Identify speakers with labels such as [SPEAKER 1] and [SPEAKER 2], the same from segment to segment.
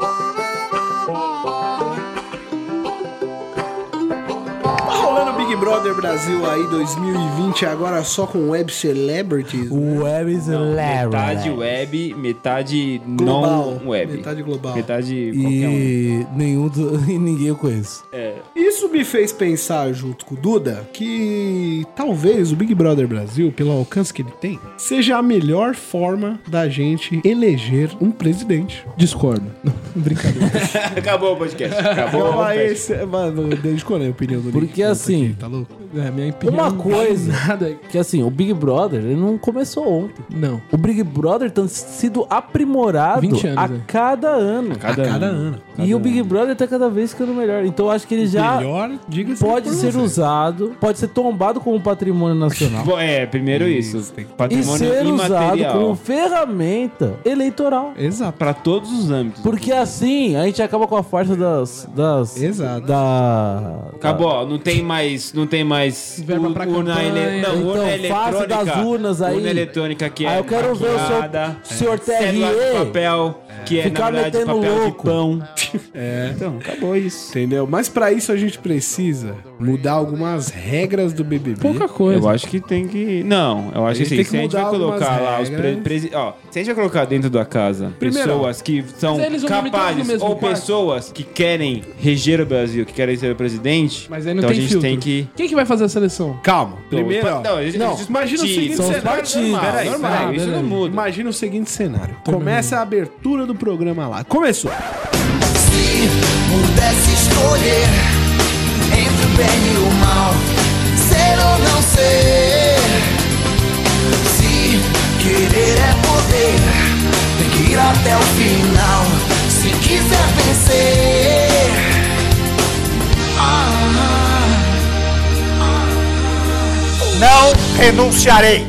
[SPEAKER 1] Tá Big Brother Brasil aí 2020, agora só com web celebrities.
[SPEAKER 2] O Web is
[SPEAKER 3] Não,
[SPEAKER 2] Larry.
[SPEAKER 3] metade web, metade
[SPEAKER 1] Global.
[SPEAKER 3] não web.
[SPEAKER 1] Metade global.
[SPEAKER 3] Metade qualquer um.
[SPEAKER 2] E nenhum do... e ninguém eu conheço.
[SPEAKER 3] É,
[SPEAKER 1] Isso me fez pensar, junto com o Duda, que talvez o Big Brother Brasil, pelo alcance que ele tem, seja a melhor forma da gente eleger um presidente.
[SPEAKER 2] Discordo.
[SPEAKER 1] Brincadeira.
[SPEAKER 3] Acabou o podcast. Acabou o
[SPEAKER 1] Então, aí,
[SPEAKER 3] podcast.
[SPEAKER 1] esse- mano, desde quando é a opinião do
[SPEAKER 2] Porque
[SPEAKER 1] Nick? Puta
[SPEAKER 2] assim-
[SPEAKER 1] que Tá louco?
[SPEAKER 4] É, minha opinião.
[SPEAKER 2] Uma
[SPEAKER 4] não-
[SPEAKER 2] coisa
[SPEAKER 4] Nada.
[SPEAKER 2] que assim, o Big Brother ele não começou ontem.
[SPEAKER 4] Não.
[SPEAKER 2] O Big Brother tem sido aprimorado
[SPEAKER 4] 20 anos,
[SPEAKER 2] a
[SPEAKER 4] é.
[SPEAKER 2] cada ano.
[SPEAKER 3] Cada,
[SPEAKER 1] Cada
[SPEAKER 3] ano.
[SPEAKER 1] ano.
[SPEAKER 2] e o Big Brother tá cada vez ficando melhor. Então eu acho que ele já
[SPEAKER 1] Melhor, diga-se.
[SPEAKER 2] pode
[SPEAKER 1] por
[SPEAKER 2] ser
[SPEAKER 1] você.
[SPEAKER 2] usado, pode ser tombado como patrimônio nacional.
[SPEAKER 3] Bom, é, primeiro isso.
[SPEAKER 2] e
[SPEAKER 3] patrimônio
[SPEAKER 2] ser usado
[SPEAKER 3] imaterial.
[SPEAKER 2] como ferramenta eleitoral.
[SPEAKER 1] Exato.
[SPEAKER 3] Pra todos os âmbitos.
[SPEAKER 2] Porque assim, a gente acaba com a farsa das. das
[SPEAKER 1] Exato.
[SPEAKER 2] Da.
[SPEAKER 3] Acabou, ó, não tem mais. Não tem mais.
[SPEAKER 4] Verba pra campanha.
[SPEAKER 3] ele- não,
[SPEAKER 2] Então,
[SPEAKER 3] urna
[SPEAKER 2] faça
[SPEAKER 3] eletrônica.
[SPEAKER 2] das urnas aí.
[SPEAKER 3] Urna eletrônica que
[SPEAKER 2] Aí
[SPEAKER 3] é.
[SPEAKER 2] Ah, eu quero ver o seu-
[SPEAKER 3] maquiada,
[SPEAKER 2] senhor
[SPEAKER 3] cédula de
[SPEAKER 2] TRE.
[SPEAKER 3] papel, que é
[SPEAKER 2] Ficar
[SPEAKER 3] na verdade
[SPEAKER 2] metendo
[SPEAKER 3] papel
[SPEAKER 2] louco.
[SPEAKER 3] de pão.
[SPEAKER 1] É.
[SPEAKER 3] Então, acabou isso.
[SPEAKER 1] Entendeu? Mas pra isso a gente precisa mudar algumas regras do BBB.
[SPEAKER 4] Pouca coisa.
[SPEAKER 3] Eu acho que tem que. Não, eu acho
[SPEAKER 1] Eles
[SPEAKER 3] que
[SPEAKER 1] têm que
[SPEAKER 3] sim. Se a gente
[SPEAKER 1] mudar
[SPEAKER 3] vai colocar
[SPEAKER 1] algumas
[SPEAKER 3] lá os pre
[SPEAKER 1] regras.
[SPEAKER 3] presi- ó, se a gente vai colocar dentro da casa
[SPEAKER 1] Primeiro,
[SPEAKER 3] pessoas que são
[SPEAKER 4] mas eles vão vomitar no
[SPEAKER 3] capazes
[SPEAKER 4] mesmo
[SPEAKER 3] ou
[SPEAKER 4] quarto.
[SPEAKER 3] pessoas que querem reger o Brasil, que querem ser o presidente,
[SPEAKER 4] Mas aí não
[SPEAKER 3] então
[SPEAKER 4] tem
[SPEAKER 3] a gente
[SPEAKER 4] filtro.
[SPEAKER 3] tem que.
[SPEAKER 4] Quem que vai fazer a seleção?
[SPEAKER 1] Calma. Primeiro, ó,
[SPEAKER 3] não, eles- eles-
[SPEAKER 1] imagina o
[SPEAKER 3] Sim,
[SPEAKER 1] seguinte
[SPEAKER 3] são os
[SPEAKER 1] cenário
[SPEAKER 2] partidos,
[SPEAKER 1] normal,
[SPEAKER 3] é Peraí,
[SPEAKER 1] normal.
[SPEAKER 3] peraí, isso
[SPEAKER 4] beleza.
[SPEAKER 3] não muda.
[SPEAKER 1] Imagina o seguinte cenário. Começa a abertura do programa lá. Começou.
[SPEAKER 5] Se pudesse escolher entre o bem e o mal, ser ou não ser. Se querer é poder, tem que ir até o final. Se quiser vencer. Ah, ah. Não renunciarei.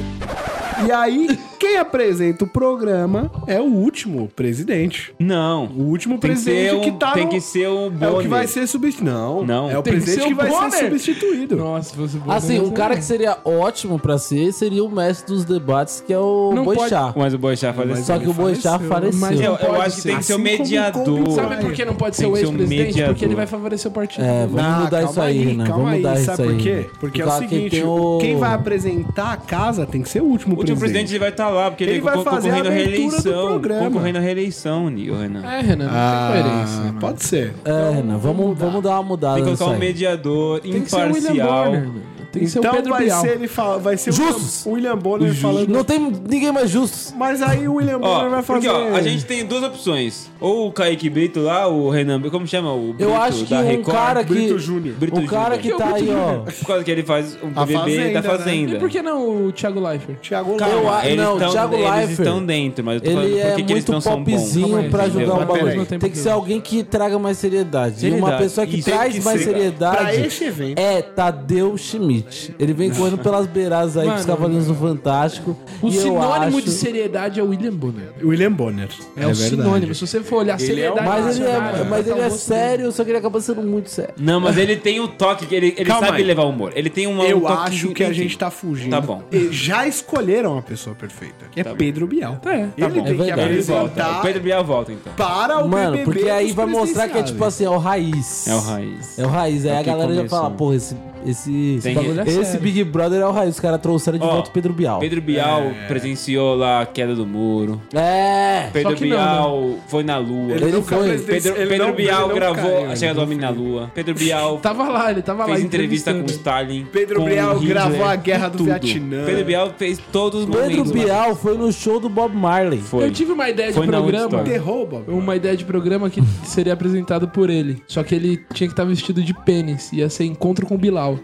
[SPEAKER 1] E aí, quem apresenta o programa é o último presidente.
[SPEAKER 3] Não.
[SPEAKER 1] O último
[SPEAKER 3] Tem que
[SPEAKER 1] presidente
[SPEAKER 3] ser
[SPEAKER 1] que,
[SPEAKER 3] um,
[SPEAKER 1] tá
[SPEAKER 3] tem
[SPEAKER 1] no-
[SPEAKER 3] que ser o
[SPEAKER 1] É
[SPEAKER 3] Bonner.
[SPEAKER 1] o que vai ser substituído. Não,
[SPEAKER 3] Não.
[SPEAKER 1] É o
[SPEAKER 4] Tem que
[SPEAKER 1] presidente
[SPEAKER 4] ser
[SPEAKER 1] que,
[SPEAKER 4] o
[SPEAKER 1] vai ser
[SPEAKER 4] Bonner.
[SPEAKER 1] substituído.
[SPEAKER 4] Nossa, se fosse bom.
[SPEAKER 2] Assim,
[SPEAKER 4] não
[SPEAKER 2] um cara
[SPEAKER 4] sei.
[SPEAKER 2] que seria ótimo pra ser seria o mestre dos debates, que é o
[SPEAKER 4] Não pode-
[SPEAKER 2] Boixá.
[SPEAKER 3] Mas o Boixá faleceu.
[SPEAKER 2] Só que o Boixá faleceu.
[SPEAKER 4] faleceu. Mas
[SPEAKER 3] Eu,
[SPEAKER 4] não
[SPEAKER 3] eu
[SPEAKER 4] pode
[SPEAKER 3] acho que
[SPEAKER 4] ser.
[SPEAKER 3] tem que ser o
[SPEAKER 1] Assim como
[SPEAKER 3] mediador.
[SPEAKER 1] Covid,
[SPEAKER 4] Sabe por que não pode ser
[SPEAKER 3] Tem
[SPEAKER 4] o
[SPEAKER 3] que ser um
[SPEAKER 4] ex-presidente?
[SPEAKER 3] mediador.
[SPEAKER 4] Porque ele vai favorecer o partido.
[SPEAKER 2] É, vamos
[SPEAKER 1] Ah,
[SPEAKER 2] mudar
[SPEAKER 1] calma
[SPEAKER 2] isso aí, Renan.
[SPEAKER 1] calma
[SPEAKER 2] Vamos mudar
[SPEAKER 1] aí,
[SPEAKER 2] isso
[SPEAKER 1] sabe
[SPEAKER 2] aí.
[SPEAKER 1] por quê? Porque é o
[SPEAKER 2] causa que
[SPEAKER 1] seguinte,
[SPEAKER 2] tem o-
[SPEAKER 1] quem vai apresentar a casa tem que ser o último,
[SPEAKER 3] O último presidente ele vai estar lá, porque ele,
[SPEAKER 1] Ele
[SPEAKER 3] é
[SPEAKER 1] vai
[SPEAKER 3] con-
[SPEAKER 1] fazer a
[SPEAKER 3] concorrendo à
[SPEAKER 1] abertura do
[SPEAKER 3] reeleição.
[SPEAKER 1] programa.
[SPEAKER 3] Concorrendo à reeleição, Nil, Renan.
[SPEAKER 4] É, Renan, não tem coerência.
[SPEAKER 1] Ah,
[SPEAKER 4] mano.
[SPEAKER 1] pode ser.
[SPEAKER 2] É, Renan, vamos, vamos dar uma mudada
[SPEAKER 3] Então, Tem que
[SPEAKER 2] nisso
[SPEAKER 3] colocar um
[SPEAKER 2] aí.
[SPEAKER 3] mediador
[SPEAKER 4] Tem que ser o William
[SPEAKER 3] imparcial.
[SPEAKER 4] Bonner, mano. Tem que ser o
[SPEAKER 1] então
[SPEAKER 4] Pedro
[SPEAKER 1] vai
[SPEAKER 4] Bial.
[SPEAKER 1] ser ele fala, vai ser o
[SPEAKER 2] Justos.
[SPEAKER 1] William- o William Bonner falando.
[SPEAKER 2] Não tem ninguém mais justo.
[SPEAKER 1] Mas aí o William Bonner
[SPEAKER 3] Ó,
[SPEAKER 1] vai fazer.
[SPEAKER 3] porque ó, a gente tem duas opções. Ou o Kaique Brito lá, o Renan, como chama? O Brito
[SPEAKER 2] Eu acho que
[SPEAKER 3] da
[SPEAKER 2] um
[SPEAKER 3] Record.
[SPEAKER 2] cara que.
[SPEAKER 1] Brito Júnior.
[SPEAKER 3] Brito
[SPEAKER 2] Um cara que
[SPEAKER 3] Júnior.
[SPEAKER 2] tá aí, ó.
[SPEAKER 3] Por causa que ele faz um o
[SPEAKER 1] A
[SPEAKER 3] BBB
[SPEAKER 1] Fazenda,
[SPEAKER 3] da
[SPEAKER 1] né?
[SPEAKER 3] Fazenda.
[SPEAKER 4] E por que não o Thiago Leifert?
[SPEAKER 1] Thiago
[SPEAKER 2] Calma,
[SPEAKER 1] Leifert.
[SPEAKER 2] Ah,
[SPEAKER 3] Eles
[SPEAKER 2] não,
[SPEAKER 3] tão-
[SPEAKER 2] Thiago
[SPEAKER 3] Eles
[SPEAKER 2] Leifert,
[SPEAKER 3] estão dentro, mas eu tô falando
[SPEAKER 2] Ele
[SPEAKER 3] por
[SPEAKER 2] é
[SPEAKER 3] que, que eles
[SPEAKER 2] muito
[SPEAKER 3] não são bons.
[SPEAKER 4] Calma
[SPEAKER 2] popzinho
[SPEAKER 4] aí, é
[SPEAKER 2] pra
[SPEAKER 4] entendeu?
[SPEAKER 2] julgar um
[SPEAKER 4] Mas peraí,
[SPEAKER 2] bagulho.
[SPEAKER 4] não
[SPEAKER 2] Tem
[SPEAKER 4] tem
[SPEAKER 2] que
[SPEAKER 4] porquê.
[SPEAKER 2] ser alguém que traga mais seriedade. E uma
[SPEAKER 3] Seriedade,
[SPEAKER 2] pessoa que
[SPEAKER 3] isso.
[SPEAKER 2] traz
[SPEAKER 3] Tem que
[SPEAKER 2] mais
[SPEAKER 3] ser.
[SPEAKER 1] Pra
[SPEAKER 2] seriedade
[SPEAKER 1] esse evento.
[SPEAKER 2] é Tadeu Schmidt. Ele vem correndo pelas beiradas aí com os
[SPEAKER 4] Mano,
[SPEAKER 2] Cavaleiros do Fantástico.
[SPEAKER 4] O
[SPEAKER 2] e eu
[SPEAKER 4] sinônimo
[SPEAKER 2] acho-
[SPEAKER 4] de seriedade é o William Bonner.
[SPEAKER 1] William Bonner.
[SPEAKER 4] É, o sinônimo. Se você for olhar
[SPEAKER 3] Ele é o-
[SPEAKER 4] seriedade,
[SPEAKER 2] Mas ele
[SPEAKER 4] nacional, tá
[SPEAKER 2] é, mas
[SPEAKER 4] vai botar
[SPEAKER 2] ele
[SPEAKER 4] o
[SPEAKER 2] é
[SPEAKER 4] rosto dele.
[SPEAKER 2] sério, só que ele acaba sendo muito sério.
[SPEAKER 3] Não, mas ele tem um toque, que ele, ele
[SPEAKER 1] Calma
[SPEAKER 3] sabe
[SPEAKER 1] aí.
[SPEAKER 3] levar humor. Ele tem uma, um
[SPEAKER 1] Eu
[SPEAKER 3] toque
[SPEAKER 1] acho que a gente tá fugindo.
[SPEAKER 3] Tá bom. Tá
[SPEAKER 1] E já escolheram a pessoa perfeita. que É
[SPEAKER 3] bom.
[SPEAKER 1] Pedro Bial.
[SPEAKER 4] É, tá
[SPEAKER 1] Ele
[SPEAKER 2] bom.
[SPEAKER 1] tem
[SPEAKER 2] É
[SPEAKER 1] que
[SPEAKER 2] verdade.
[SPEAKER 3] Ele volta.
[SPEAKER 1] apresentar
[SPEAKER 3] O Pedro Bial volta, então.
[SPEAKER 1] para o
[SPEAKER 2] Mano,
[SPEAKER 1] BBB
[SPEAKER 2] porque aí
[SPEAKER 1] dos
[SPEAKER 2] vai mostrar que é tipo assim, é o raiz.
[SPEAKER 3] É o raiz.
[SPEAKER 2] É o raiz. Aí
[SPEAKER 3] É o
[SPEAKER 2] a
[SPEAKER 3] que
[SPEAKER 2] galera já
[SPEAKER 3] começou.
[SPEAKER 2] fala, porra, esse, esse, esse,
[SPEAKER 3] Tem
[SPEAKER 2] bagulho
[SPEAKER 4] que-
[SPEAKER 2] é esse
[SPEAKER 4] sério.
[SPEAKER 2] Big Brother é o raiz. Os caras trouxeram de
[SPEAKER 3] Ó,
[SPEAKER 2] volta o Pedro Bial.
[SPEAKER 3] Pedro Bial
[SPEAKER 1] É.
[SPEAKER 3] presenciou lá a queda do muro.
[SPEAKER 2] É!
[SPEAKER 3] Pedro
[SPEAKER 4] que não,
[SPEAKER 3] Bial foi na lua.
[SPEAKER 1] Ele,
[SPEAKER 2] Ele
[SPEAKER 1] nunca
[SPEAKER 2] foi.
[SPEAKER 1] apresentou-
[SPEAKER 3] Pedro,
[SPEAKER 1] ele
[SPEAKER 3] Pedro
[SPEAKER 1] não- ele
[SPEAKER 3] Bial
[SPEAKER 1] não
[SPEAKER 3] gravou
[SPEAKER 1] caiu,
[SPEAKER 3] A Chega do
[SPEAKER 1] ele
[SPEAKER 3] Homem na Lua. Pedro Bial
[SPEAKER 2] Tá
[SPEAKER 4] Tava lá, ele tava lá.
[SPEAKER 3] fez entrevista com
[SPEAKER 4] entrevistando.
[SPEAKER 3] Stalin.
[SPEAKER 1] Pedro
[SPEAKER 3] com
[SPEAKER 1] Bial
[SPEAKER 3] Hitler,
[SPEAKER 1] gravou a guerra do
[SPEAKER 3] tudo.
[SPEAKER 1] Vietnã.
[SPEAKER 3] Pedro Bial fez todos os
[SPEAKER 2] Pedro
[SPEAKER 3] momentos. lá.
[SPEAKER 2] Bial foi no show do Bob Marley.
[SPEAKER 3] Foi.
[SPEAKER 4] Eu tive uma ideia de
[SPEAKER 3] Foi na
[SPEAKER 4] programa.
[SPEAKER 3] Woodstock.
[SPEAKER 1] Derruba.
[SPEAKER 4] Uma ideia de programa que seria apresentado por ele. Só que ele tinha que estar vestido de pênis. Ia ser encontro com o Bilal.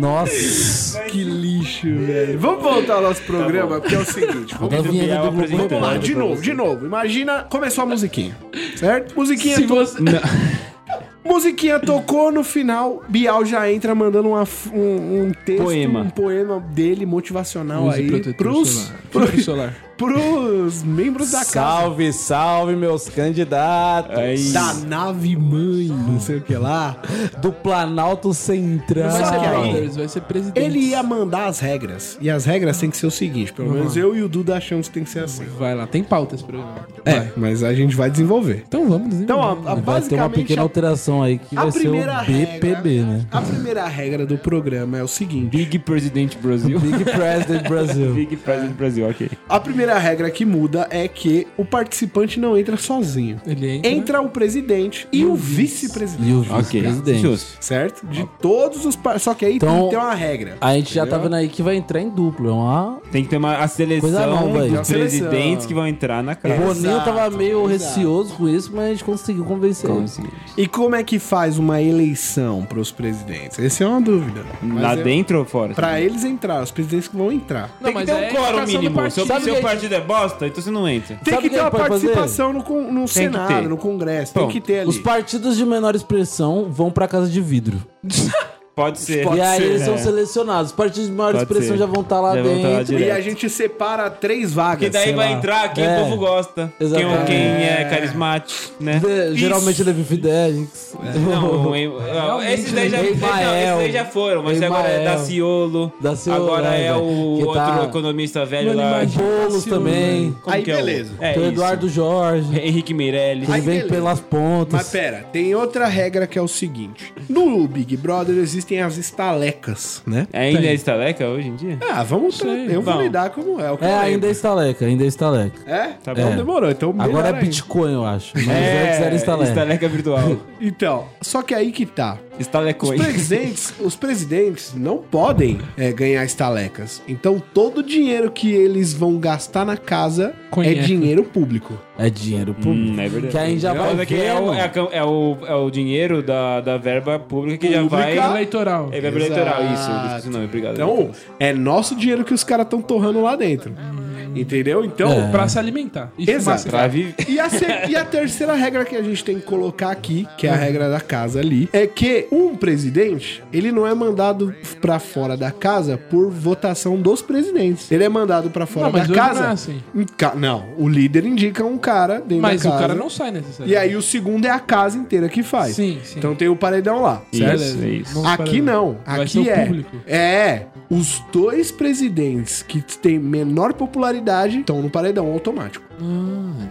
[SPEAKER 2] Nossa!
[SPEAKER 1] Que lixo, velho. Vamos voltar ao nosso programa, porque é o seguinte. Vamos
[SPEAKER 2] Até a vinheta
[SPEAKER 3] Bial
[SPEAKER 2] do Globo
[SPEAKER 3] apresentando.
[SPEAKER 1] vamos lá,
[SPEAKER 2] Repórter
[SPEAKER 1] de
[SPEAKER 2] pra
[SPEAKER 1] novo,
[SPEAKER 2] você.
[SPEAKER 1] de novo. Imagina, começou a musiquinha, certo? Musiquinha,
[SPEAKER 4] Se
[SPEAKER 1] to-
[SPEAKER 4] você...
[SPEAKER 1] musiquinha tocou no final, Bial já entra mandando uma f- um, um texto,
[SPEAKER 3] Poema.
[SPEAKER 1] um poema dele motivacional
[SPEAKER 4] Use
[SPEAKER 1] aí
[SPEAKER 4] protetor
[SPEAKER 1] pros,
[SPEAKER 4] solar. Protetor solar.
[SPEAKER 1] pros membros da casa.
[SPEAKER 6] Salve, salve, meus candidatos.
[SPEAKER 3] Aí.
[SPEAKER 1] Da nave mãe, não sei o que lá.
[SPEAKER 6] Do Planalto Central.
[SPEAKER 4] Não vai
[SPEAKER 1] Só
[SPEAKER 4] ser
[SPEAKER 1] que aí-
[SPEAKER 4] brothers, vai ser presidente.
[SPEAKER 1] Ele ia mandar as regras. E as regras têm que ser o seguinte: pelo menos eu e o Duda achamos que tem que ser assim.
[SPEAKER 4] Vai lá, tem pauta esse programa.
[SPEAKER 1] É, mas a gente vai desenvolver.
[SPEAKER 4] Então vamos desenvolver.
[SPEAKER 1] Então, a, a,
[SPEAKER 2] Vai ter uma
[SPEAKER 1] basicamente,
[SPEAKER 2] pequena
[SPEAKER 1] a-
[SPEAKER 2] alteração aí que
[SPEAKER 1] a,
[SPEAKER 2] vai ser o
[SPEAKER 1] primeira
[SPEAKER 2] BPB,
[SPEAKER 1] regra,
[SPEAKER 2] né?
[SPEAKER 1] A primeira regra do programa é o seguinte:
[SPEAKER 3] Big President Brasil.
[SPEAKER 6] Big President Brasil.
[SPEAKER 3] Big President Brasil, ok.
[SPEAKER 1] a primeira regra que muda é que o participante não entra sozinho.
[SPEAKER 4] Ele entra.
[SPEAKER 1] Entra o presidente e o
[SPEAKER 2] E
[SPEAKER 1] vice-presidente.
[SPEAKER 2] o
[SPEAKER 3] Ok.
[SPEAKER 2] vice-presidente.
[SPEAKER 3] Justo.
[SPEAKER 1] Certo? De todos os. par- Só que aí
[SPEAKER 2] Então,
[SPEAKER 1] tem que ter uma regra.
[SPEAKER 2] A gente já tá
[SPEAKER 1] Entendeu?
[SPEAKER 2] vendo aí que vai entrar em duplo. É uma...
[SPEAKER 3] Tem que ter uma a
[SPEAKER 2] Coisa
[SPEAKER 3] seleção
[SPEAKER 2] não, velho.
[SPEAKER 3] dos
[SPEAKER 1] Seleção.
[SPEAKER 3] presidentes que vão entrar na
[SPEAKER 2] O
[SPEAKER 3] casa.
[SPEAKER 2] Boninho tava meio
[SPEAKER 1] exato.
[SPEAKER 2] receoso com isso, mas a gente conseguiu convencer ele.
[SPEAKER 1] E como é que faz uma eleição pros presidentes? Essa é uma dúvida. Mas é-
[SPEAKER 3] Lá
[SPEAKER 1] eu-
[SPEAKER 3] dentro ou fora?
[SPEAKER 1] Pra eles entrar, os presidentes que vão entrar.
[SPEAKER 3] Tem
[SPEAKER 4] Não,
[SPEAKER 3] que
[SPEAKER 4] mas
[SPEAKER 3] ter
[SPEAKER 4] é
[SPEAKER 3] um
[SPEAKER 4] a
[SPEAKER 3] quórum
[SPEAKER 4] indicação do
[SPEAKER 3] mínimo. Se o
[SPEAKER 4] partido.
[SPEAKER 3] seu partido é bosta, então você não entra.
[SPEAKER 1] Tem que
[SPEAKER 2] Sabe o que
[SPEAKER 1] ter uma
[SPEAKER 2] ele pode fazer?
[SPEAKER 1] participação no, con- no Senado,
[SPEAKER 3] ter.
[SPEAKER 1] no Congresso.
[SPEAKER 3] Pronto.
[SPEAKER 1] Tem que ter ali.
[SPEAKER 2] Os partidos de menor expressão vão pra casa de vidro.
[SPEAKER 3] Pode ser.
[SPEAKER 2] e aí
[SPEAKER 3] ser,
[SPEAKER 2] eles são
[SPEAKER 3] né?
[SPEAKER 2] selecionados. Os partidos de maior
[SPEAKER 3] Pode
[SPEAKER 2] expressão
[SPEAKER 3] ser.
[SPEAKER 2] já vão estar lá
[SPEAKER 3] Já vão
[SPEAKER 2] dentro.
[SPEAKER 3] tá lá direto.
[SPEAKER 1] E a gente separa três vagas.
[SPEAKER 3] Porque daí
[SPEAKER 1] sei
[SPEAKER 3] vai
[SPEAKER 1] lá.
[SPEAKER 3] entrar quem
[SPEAKER 2] É.
[SPEAKER 3] o povo gosta.
[SPEAKER 2] Exatamente.
[SPEAKER 3] Quem, quem é carismático, né?
[SPEAKER 2] De- geralmente
[SPEAKER 1] Isso.
[SPEAKER 2] ele é Fidelix.
[SPEAKER 3] Não, em- não, esses daí já,
[SPEAKER 2] Realmente,
[SPEAKER 3] não,
[SPEAKER 2] Emael.
[SPEAKER 3] esses daí já foram, mas agora é
[SPEAKER 2] Emael.
[SPEAKER 3] Daciolo.
[SPEAKER 2] Daciolo,
[SPEAKER 3] agora
[SPEAKER 2] é,
[SPEAKER 3] é o
[SPEAKER 2] que
[SPEAKER 3] outro
[SPEAKER 2] tá-
[SPEAKER 3] economista velho
[SPEAKER 4] Mano,
[SPEAKER 3] lá.
[SPEAKER 4] imagina.
[SPEAKER 2] Boulos
[SPEAKER 4] Vacilo,
[SPEAKER 2] também.
[SPEAKER 3] Como
[SPEAKER 1] Aí
[SPEAKER 3] que é o-
[SPEAKER 1] beleza.
[SPEAKER 3] É
[SPEAKER 2] tem o
[SPEAKER 3] isso. É.
[SPEAKER 2] Eduardo Jorge.
[SPEAKER 3] Henrique Meirelles.
[SPEAKER 2] Ele
[SPEAKER 1] Aí
[SPEAKER 2] vem
[SPEAKER 1] beleza.
[SPEAKER 2] pelas
[SPEAKER 1] Mas
[SPEAKER 2] pontas.
[SPEAKER 1] pera, tem outra regra que é o seguinte: no Big Brother existem as estalecas, né?
[SPEAKER 2] tá
[SPEAKER 3] Ainda é estaleca hoje em dia?
[SPEAKER 1] Ah, vamos. tra-
[SPEAKER 4] Sim,
[SPEAKER 1] eu vou
[SPEAKER 3] vamos.
[SPEAKER 1] lidar como é. O que
[SPEAKER 2] É,
[SPEAKER 1] eu
[SPEAKER 2] ainda é
[SPEAKER 1] lembro.
[SPEAKER 2] estaleca, ainda é estaleca.
[SPEAKER 1] É?
[SPEAKER 3] Tá
[SPEAKER 1] Então
[SPEAKER 3] bom.
[SPEAKER 1] demorou. Então melhor
[SPEAKER 2] Agora é
[SPEAKER 1] ainda.
[SPEAKER 2] Bitcoin, eu acho. Mas
[SPEAKER 3] É,
[SPEAKER 2] antes era estaleca.
[SPEAKER 3] estaleca virtual.
[SPEAKER 1] Então, só que aí que tá. Os
[SPEAKER 3] Estalecões.
[SPEAKER 1] presidentes, os presidentes não podem é, ganhar estalecas. Então, todo o dinheiro que eles vão gastar na casa é
[SPEAKER 4] Conheco.
[SPEAKER 1] dinheiro público.
[SPEAKER 2] É dinheiro público.
[SPEAKER 3] Hum, é verdade.
[SPEAKER 2] Que aí já
[SPEAKER 3] Mas
[SPEAKER 2] vai
[SPEAKER 3] é que é, o,
[SPEAKER 2] vendo.
[SPEAKER 3] é, a cam- é o, é o dinheiro da, da verba pública que já vai.
[SPEAKER 1] Pública.
[SPEAKER 4] eleitoral.
[SPEAKER 3] É verba eleitoral, isso.
[SPEAKER 1] Exato.
[SPEAKER 3] Eu esqueci o nome, obrigado.
[SPEAKER 1] Então, é nosso dinheiro que os caras estão torrando lá dentro. Entendeu? Então,
[SPEAKER 2] É.
[SPEAKER 4] Pra se alimentar. E fumar
[SPEAKER 1] Exato.
[SPEAKER 3] pra
[SPEAKER 4] cigarro.
[SPEAKER 3] viver.
[SPEAKER 1] E a, se- e a terceira regra que a gente tem que colocar aqui, que é a regra da casa ali, é que um presidente, ele não é mandado pra fora da casa por votação dos presidentes. Ele é mandado pra fora
[SPEAKER 4] Não, mas
[SPEAKER 1] da
[SPEAKER 4] hoje
[SPEAKER 1] casa.
[SPEAKER 4] não é assim.
[SPEAKER 1] Em ca- Não, o líder indica um cara dentro
[SPEAKER 4] Mas
[SPEAKER 1] da
[SPEAKER 4] o
[SPEAKER 1] casa.
[SPEAKER 4] cara não sai
[SPEAKER 1] E
[SPEAKER 4] necessariamente.
[SPEAKER 1] aí o segundo é a casa inteira que faz.
[SPEAKER 4] Sim, sim.
[SPEAKER 1] Então tem o paredão lá. certo?
[SPEAKER 3] Isso, isso.
[SPEAKER 4] Vamos para-
[SPEAKER 1] Aqui não,
[SPEAKER 4] Vai ser
[SPEAKER 1] aqui
[SPEAKER 4] o
[SPEAKER 1] é.
[SPEAKER 4] público.
[SPEAKER 1] É, os dois presidentes que têm menor popularidade estão no paredão automático.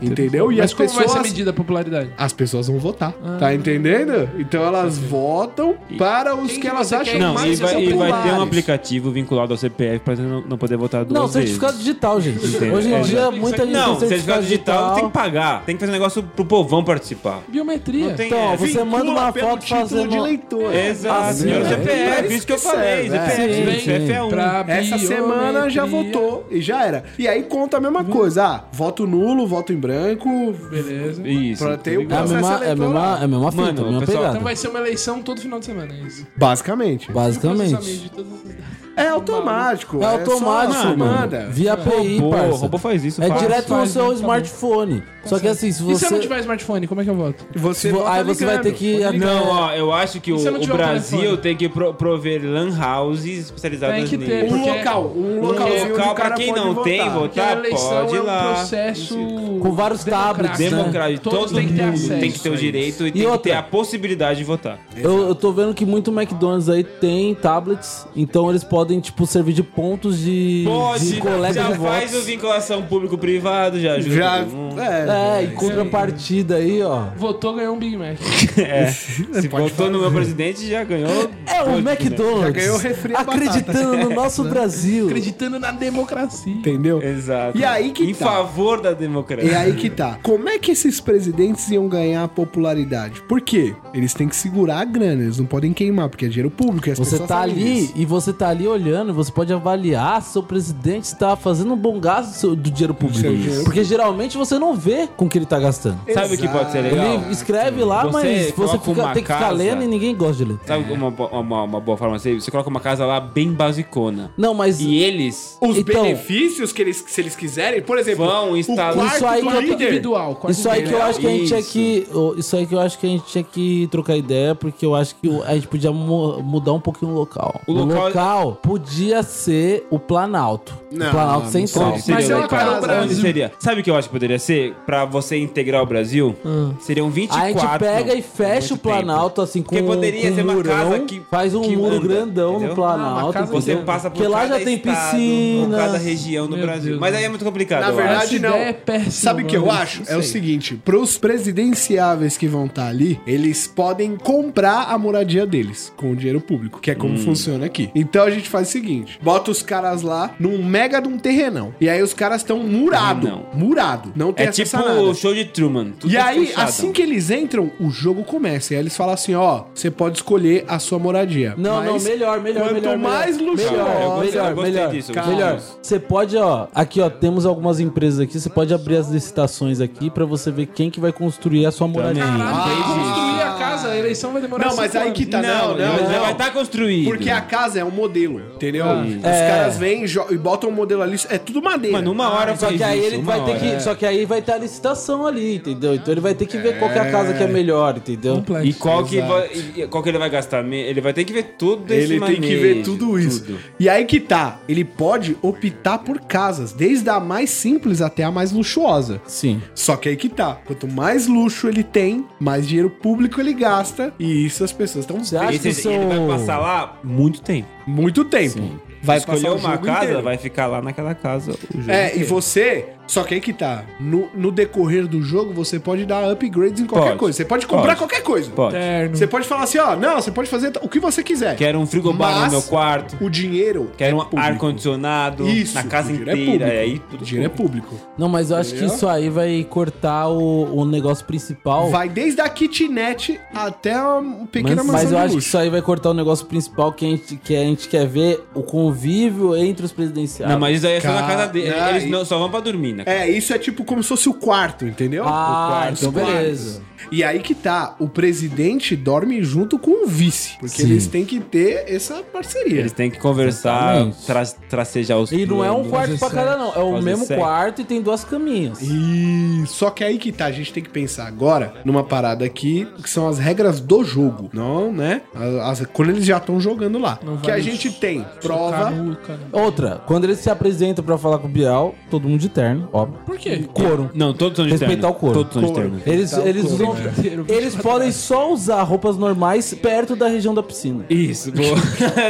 [SPEAKER 1] entendeu? E
[SPEAKER 4] Mas
[SPEAKER 1] as
[SPEAKER 4] como
[SPEAKER 1] pessoas Ah,
[SPEAKER 4] vai ser medida a popularidade?
[SPEAKER 1] as pessoas vão votar. Tá entendendo? Então elas votam para os que elas acham
[SPEAKER 3] Não, e
[SPEAKER 1] mais
[SPEAKER 3] vai, e vai ter um
[SPEAKER 1] populares.
[SPEAKER 3] aplicativo vinculado ao CPF pra você não, não poder votar duas
[SPEAKER 2] Não,
[SPEAKER 3] vezes.
[SPEAKER 2] certificado digital, gente.
[SPEAKER 3] Entendo.
[SPEAKER 2] Hoje em
[SPEAKER 3] É.
[SPEAKER 2] dia, muita gente
[SPEAKER 3] Não,
[SPEAKER 2] tem
[SPEAKER 3] certificado digital tem que pagar. Tem que fazer um negócio pro povão participar.
[SPEAKER 4] Biometria.
[SPEAKER 3] Não tem-
[SPEAKER 2] Então,
[SPEAKER 3] É,
[SPEAKER 2] você manda uma
[SPEAKER 1] pelo
[SPEAKER 2] foto
[SPEAKER 1] título
[SPEAKER 2] fazendo...
[SPEAKER 1] de eleitor. né?
[SPEAKER 3] Exato.
[SPEAKER 2] Assim,
[SPEAKER 3] Assim, o
[SPEAKER 2] é.
[SPEAKER 3] CPF, isso que eu falei.
[SPEAKER 1] Isso serve,
[SPEAKER 3] CPF,
[SPEAKER 2] é.
[SPEAKER 3] gente,
[SPEAKER 2] Sim,
[SPEAKER 3] CPF é
[SPEAKER 2] sim.
[SPEAKER 3] um.
[SPEAKER 4] Pra
[SPEAKER 1] Essa
[SPEAKER 4] biometria.
[SPEAKER 1] semana já votou e já era. E aí conta a mesma coisa. Ah, voto nulo, voto em branco.
[SPEAKER 4] Beleza.
[SPEAKER 3] Isso.
[SPEAKER 1] Pra ter o
[SPEAKER 2] É a
[SPEAKER 1] processo
[SPEAKER 2] mesma, é a
[SPEAKER 1] eleitoral.
[SPEAKER 2] mesma, é a mesma fita,
[SPEAKER 3] Mano,
[SPEAKER 2] a mesma
[SPEAKER 3] pessoal,
[SPEAKER 2] pegada.
[SPEAKER 4] Então vai ser uma eleição todo final de semana, é isso.
[SPEAKER 1] Basicamente.
[SPEAKER 2] Basicamente.
[SPEAKER 4] Processamento de todas as-
[SPEAKER 1] É automático.
[SPEAKER 2] É automático,
[SPEAKER 1] só você
[SPEAKER 2] mano.
[SPEAKER 1] manda.
[SPEAKER 2] Via API,
[SPEAKER 3] Pô, o
[SPEAKER 2] parça.
[SPEAKER 3] assim, robô faz isso,
[SPEAKER 2] É
[SPEAKER 3] faz.
[SPEAKER 2] direto no
[SPEAKER 4] faz,
[SPEAKER 2] seu
[SPEAKER 4] tá bom.
[SPEAKER 2] smartphone. Só que assim, se
[SPEAKER 4] E se eu não
[SPEAKER 2] você...
[SPEAKER 4] tiver smartphone, como é que eu voto?
[SPEAKER 1] Você
[SPEAKER 2] Vo-
[SPEAKER 1] vota
[SPEAKER 3] tá
[SPEAKER 2] aí você vai ter
[SPEAKER 1] ligando.
[SPEAKER 2] que ir até-
[SPEAKER 3] Não, ó, eu acho que o,
[SPEAKER 4] E se não
[SPEAKER 3] o
[SPEAKER 4] tiver um
[SPEAKER 3] Brasil
[SPEAKER 4] telefone?
[SPEAKER 3] tem que pro- prover lan houses especializadas
[SPEAKER 4] Tem que
[SPEAKER 3] nisso.
[SPEAKER 4] ter,
[SPEAKER 1] Um
[SPEAKER 4] porque-
[SPEAKER 1] local, um
[SPEAKER 3] Um
[SPEAKER 1] local,
[SPEAKER 3] local,
[SPEAKER 1] onde o cara
[SPEAKER 3] pra quem
[SPEAKER 1] pode
[SPEAKER 3] não tem,
[SPEAKER 1] votar.
[SPEAKER 4] Porque
[SPEAKER 3] votar,
[SPEAKER 4] a eleição
[SPEAKER 3] Ah, pode ir
[SPEAKER 4] é um
[SPEAKER 3] lá.
[SPEAKER 4] processo...
[SPEAKER 2] Com vários
[SPEAKER 4] democrático.
[SPEAKER 2] tablets, né?
[SPEAKER 3] Democrático,
[SPEAKER 4] Todos
[SPEAKER 3] todo
[SPEAKER 4] têm que ter
[SPEAKER 3] mundo
[SPEAKER 4] acesso
[SPEAKER 3] tem que ter
[SPEAKER 4] a
[SPEAKER 3] o
[SPEAKER 4] isso.
[SPEAKER 3] direito e,
[SPEAKER 2] E
[SPEAKER 3] tem que ter
[SPEAKER 2] outra?
[SPEAKER 3] a possibilidade de votar.
[SPEAKER 2] Eu, eu tô vendo que muito McDonald's aí tem tablets, então eles podem, tipo, servir de pontos de, de coleta
[SPEAKER 3] né? já
[SPEAKER 2] de
[SPEAKER 3] faz o
[SPEAKER 2] votos.
[SPEAKER 3] vinculação público-privado, já ajuda.
[SPEAKER 1] Já.
[SPEAKER 3] todo mundo.
[SPEAKER 2] É,
[SPEAKER 1] É,
[SPEAKER 2] e contrapartida aí, ó.
[SPEAKER 4] Votou, ganhou um Big Mac.
[SPEAKER 3] É. Se votou no meu presidente, já ganhou.
[SPEAKER 2] É o
[SPEAKER 3] Pode, né?
[SPEAKER 2] McDonald's.
[SPEAKER 1] Já ganhou refri e batata.
[SPEAKER 2] Acreditando no nosso Brasil.
[SPEAKER 4] Acreditando na democracia.
[SPEAKER 1] entendeu?
[SPEAKER 3] Exato.
[SPEAKER 1] E aí que
[SPEAKER 3] Em
[SPEAKER 1] tá.
[SPEAKER 3] favor da democracia.
[SPEAKER 1] E aí que tá. Como é que esses presidentes iam ganhar popularidade? Por quê? Eles têm que segurar a grana, eles não podem queimar, porque é dinheiro público. e as
[SPEAKER 2] Você
[SPEAKER 1] pessoas
[SPEAKER 2] tá
[SPEAKER 1] sabem
[SPEAKER 2] ali
[SPEAKER 1] disso.
[SPEAKER 2] e você tá ali olhando, você pode avaliar se o presidente está fazendo um bom gasto do, seu- do dinheiro público.
[SPEAKER 1] Seu dinheiro.
[SPEAKER 2] Porque geralmente você não vê com que ele tá gastando.
[SPEAKER 3] Sabe o que pode ser É legal?
[SPEAKER 2] Ele escreve lá,
[SPEAKER 3] Você
[SPEAKER 2] mas você
[SPEAKER 3] coloca
[SPEAKER 2] fica-
[SPEAKER 3] uma
[SPEAKER 2] tem que ficar
[SPEAKER 3] casa.
[SPEAKER 2] lendo e ninguém gosta de ler.
[SPEAKER 3] Sabe uma, bo- uma, uma boa forma? Você, você coloca uma casa lá bem basicona.
[SPEAKER 2] Não, mas.
[SPEAKER 3] E eles...
[SPEAKER 1] Os
[SPEAKER 2] Então-
[SPEAKER 1] benefícios que eles, se eles quiserem, por exemplo,
[SPEAKER 3] Vão instalar-
[SPEAKER 2] Isso
[SPEAKER 4] é
[SPEAKER 2] aí que eu tô-
[SPEAKER 4] individual. quarto
[SPEAKER 2] Isso aí que eu
[SPEAKER 4] individual.
[SPEAKER 2] acho que a gente tinha
[SPEAKER 3] Isso.
[SPEAKER 2] que. oh, Isso aí que eu acho que a gente tinha que trocar ideia, porque eu acho que o- a gente podia mu- mudar um pouquinho o local.
[SPEAKER 3] O
[SPEAKER 2] O
[SPEAKER 3] local-
[SPEAKER 2] local, podia ser o Planalto.
[SPEAKER 1] Não,
[SPEAKER 2] o Planalto
[SPEAKER 1] não
[SPEAKER 2] Central.
[SPEAKER 3] Onde seria
[SPEAKER 4] Mas é uma
[SPEAKER 3] legal?
[SPEAKER 4] cara do
[SPEAKER 3] Onde
[SPEAKER 4] Brasil.
[SPEAKER 3] seria? Sabe o que eu acho que poderia ser? Pra você integrar o Brasil? Seriam 24.
[SPEAKER 2] A gente pega e fecha
[SPEAKER 3] É Muito
[SPEAKER 2] o Planalto, assim, com
[SPEAKER 3] Porque poderia
[SPEAKER 2] com um
[SPEAKER 3] ser uma
[SPEAKER 2] murão,
[SPEAKER 3] casa que-
[SPEAKER 2] Faz um
[SPEAKER 3] que
[SPEAKER 2] muro
[SPEAKER 3] anda,
[SPEAKER 2] grandão
[SPEAKER 3] entendeu?
[SPEAKER 2] no
[SPEAKER 4] Ah, uma
[SPEAKER 2] Planalto.
[SPEAKER 4] casa
[SPEAKER 3] Você
[SPEAKER 2] entendeu?
[SPEAKER 4] grande.
[SPEAKER 3] passa por
[SPEAKER 2] Porque lá
[SPEAKER 3] cada
[SPEAKER 2] já tem
[SPEAKER 3] estado,
[SPEAKER 2] piscina.
[SPEAKER 3] Por cada região do
[SPEAKER 4] Meu
[SPEAKER 3] Brasil.
[SPEAKER 4] Deus.
[SPEAKER 3] Mas aí é muito complicado.
[SPEAKER 1] Na
[SPEAKER 3] eu
[SPEAKER 1] verdade,
[SPEAKER 4] Essa
[SPEAKER 1] não.
[SPEAKER 4] ideia é péssima.
[SPEAKER 1] Sabe o que eu
[SPEAKER 4] mano.
[SPEAKER 1] acho? É o seguinte, pros presidenciáveis que vão estar ali, eles podem comprar a moradia deles com o dinheiro público, que é
[SPEAKER 3] Hum.
[SPEAKER 1] como funciona aqui. Então a gente faz o seguinte, bota os caras lá num mega de um terrenão. E aí os caras estão murado,
[SPEAKER 3] Terrenão.
[SPEAKER 1] murado, não tem
[SPEAKER 3] É
[SPEAKER 1] acesso
[SPEAKER 3] tipo
[SPEAKER 1] a nada.
[SPEAKER 3] o show de Truman. tudo
[SPEAKER 1] E
[SPEAKER 3] tá
[SPEAKER 1] aí,
[SPEAKER 3] fechado.
[SPEAKER 1] assim que eles entram, o jogo começa. E aí eles falam assim, ó, você pode escolher a sua moradia.
[SPEAKER 2] Não,
[SPEAKER 1] Mas
[SPEAKER 2] não, melhor, melhor,
[SPEAKER 1] quanto
[SPEAKER 2] melhor.
[SPEAKER 1] mais
[SPEAKER 2] melhor.
[SPEAKER 1] luxuosa-
[SPEAKER 2] Melhor,
[SPEAKER 3] Eu gostei-
[SPEAKER 2] melhor,
[SPEAKER 3] eu gostei
[SPEAKER 2] melhor.
[SPEAKER 3] disso, eu gostei
[SPEAKER 2] melhor.
[SPEAKER 3] disso.
[SPEAKER 2] Você pode, ó, aqui, ó, temos algumas empresas aqui, você pode abrir as licitações aqui pra você ver quem que vai construir a sua moradia.
[SPEAKER 4] Caralho,
[SPEAKER 3] Ah.
[SPEAKER 4] tem que construir a casa, a eleição vai demorar
[SPEAKER 1] Não, mas
[SPEAKER 4] cinco
[SPEAKER 1] aí que
[SPEAKER 4] anos.
[SPEAKER 1] tá, não, não,
[SPEAKER 3] já
[SPEAKER 1] não.
[SPEAKER 3] vai estar construído.
[SPEAKER 1] Porque a casa é um modelo, entendeu?
[SPEAKER 3] Ah.
[SPEAKER 1] Os
[SPEAKER 2] É.
[SPEAKER 1] caras vêm e jo- e botam o modelo ali, é tudo madeira.
[SPEAKER 3] Mano, uma hora
[SPEAKER 2] Só
[SPEAKER 3] faz
[SPEAKER 2] que aí
[SPEAKER 3] isso,
[SPEAKER 2] ele
[SPEAKER 3] uma
[SPEAKER 2] vai ter
[SPEAKER 3] hora.
[SPEAKER 2] que, só que aí vai ter a licitação ali, entendeu? Então ele vai ter que ver qual que é a casa que é melhor, entendeu?
[SPEAKER 4] Complexo.
[SPEAKER 3] E qual que, vai, e- e qual que ele vai gastar? Me- Ele vai ter que ver tudo esse
[SPEAKER 1] Ele tem que
[SPEAKER 3] manejo,
[SPEAKER 1] ver tudo isso.
[SPEAKER 3] tudo.
[SPEAKER 1] E aí que tá, ele pode optar por casas, desde a mais simples até a mais luxuosa.
[SPEAKER 2] Sim.
[SPEAKER 1] Só que aí que tá, quanto mais luxo ele tem, mais dinheiro público ele gasta, e isso as pessoas estão
[SPEAKER 2] Você acha que
[SPEAKER 3] Esse- Ele vai passar lá muito tempo.
[SPEAKER 1] muito tempo.
[SPEAKER 3] Vai
[SPEAKER 1] passar
[SPEAKER 3] Escolher
[SPEAKER 1] o
[SPEAKER 3] uma
[SPEAKER 1] jogo
[SPEAKER 3] casa,
[SPEAKER 1] inteiro.
[SPEAKER 3] vai ficar lá naquela casa o jogo
[SPEAKER 1] É, e
[SPEAKER 3] inteiro.
[SPEAKER 1] você, só que aí que tá, no, no decorrer do jogo você pode dar upgrades em qualquer
[SPEAKER 3] Pode.
[SPEAKER 1] coisa, você pode comprar
[SPEAKER 3] Pode.
[SPEAKER 1] qualquer coisa.
[SPEAKER 3] Pode.
[SPEAKER 4] Terno.
[SPEAKER 1] Você pode falar assim, ó, não, você pode fazer o que você quiser.
[SPEAKER 3] Quero um frigobar
[SPEAKER 1] Mas-
[SPEAKER 3] no meu quarto.
[SPEAKER 1] O dinheiro é
[SPEAKER 3] Quero um
[SPEAKER 1] público.
[SPEAKER 3] ar-condicionado
[SPEAKER 1] Isso,
[SPEAKER 3] na casa
[SPEAKER 1] o dinheiro é
[SPEAKER 3] inteira.
[SPEAKER 1] público.
[SPEAKER 3] aí tudo
[SPEAKER 1] O dinheiro é público.
[SPEAKER 2] Não, mas eu acho que
[SPEAKER 1] Entendeu?
[SPEAKER 2] isso aí vai cortar o, o negócio principal.
[SPEAKER 1] Vai desde a kitnet até a pequena
[SPEAKER 2] Mas,
[SPEAKER 1] mansão
[SPEAKER 2] mas eu
[SPEAKER 1] de
[SPEAKER 2] acho que
[SPEAKER 1] luxo.
[SPEAKER 2] isso aí vai cortar o negócio principal que a gente, que a gente quer ver o convívio entre os presidenciais.
[SPEAKER 3] Não, mas isso aí é só na
[SPEAKER 1] Ca-
[SPEAKER 3] casa dele.
[SPEAKER 1] Ah,
[SPEAKER 3] Eles
[SPEAKER 1] e-
[SPEAKER 3] não, só vão pra dormir, né?
[SPEAKER 1] É, isso é tipo como se fosse o quarto, entendeu?
[SPEAKER 2] Ah,
[SPEAKER 1] o quarto,
[SPEAKER 2] então
[SPEAKER 1] os quartos.
[SPEAKER 2] beleza.
[SPEAKER 1] E aí que tá, o presidente dorme junto com o vice, porque
[SPEAKER 2] Sim.
[SPEAKER 1] eles têm que ter essa parceria.
[SPEAKER 3] Eles têm que conversar,
[SPEAKER 2] Exatamente.
[SPEAKER 3] tra tracejar os
[SPEAKER 2] E não é um
[SPEAKER 3] planos.
[SPEAKER 2] quarto pra cada, não. É o
[SPEAKER 3] Fazer
[SPEAKER 2] mesmo
[SPEAKER 3] sexo.
[SPEAKER 2] quarto e tem duas caminhas.
[SPEAKER 1] E só que aí que tá, a gente tem que pensar agora numa parada aqui, que são as regras do jogo, não, né? As- as- quando eles já estão jogando lá.
[SPEAKER 4] Não
[SPEAKER 1] que a
[SPEAKER 4] vai
[SPEAKER 1] gente tem
[SPEAKER 4] Cara,
[SPEAKER 1] prova,
[SPEAKER 4] o cara-
[SPEAKER 2] Outra, quando eles se apresentam pra falar com o Bial, todo mundo de terno, óbvio.
[SPEAKER 4] Por quê?
[SPEAKER 2] Couro.
[SPEAKER 3] Não, todos são de
[SPEAKER 2] Respeitar
[SPEAKER 3] terno.
[SPEAKER 2] o couro.
[SPEAKER 3] Todos são de
[SPEAKER 1] Couro.
[SPEAKER 3] terno.
[SPEAKER 2] Eles,
[SPEAKER 1] Tá, o
[SPEAKER 2] eles
[SPEAKER 1] couro,
[SPEAKER 2] usam.
[SPEAKER 4] né? Inteiro, bicho,
[SPEAKER 2] Eles
[SPEAKER 4] pra
[SPEAKER 2] podem só usar roupas normais perto da região da piscina.
[SPEAKER 3] Isso, boa.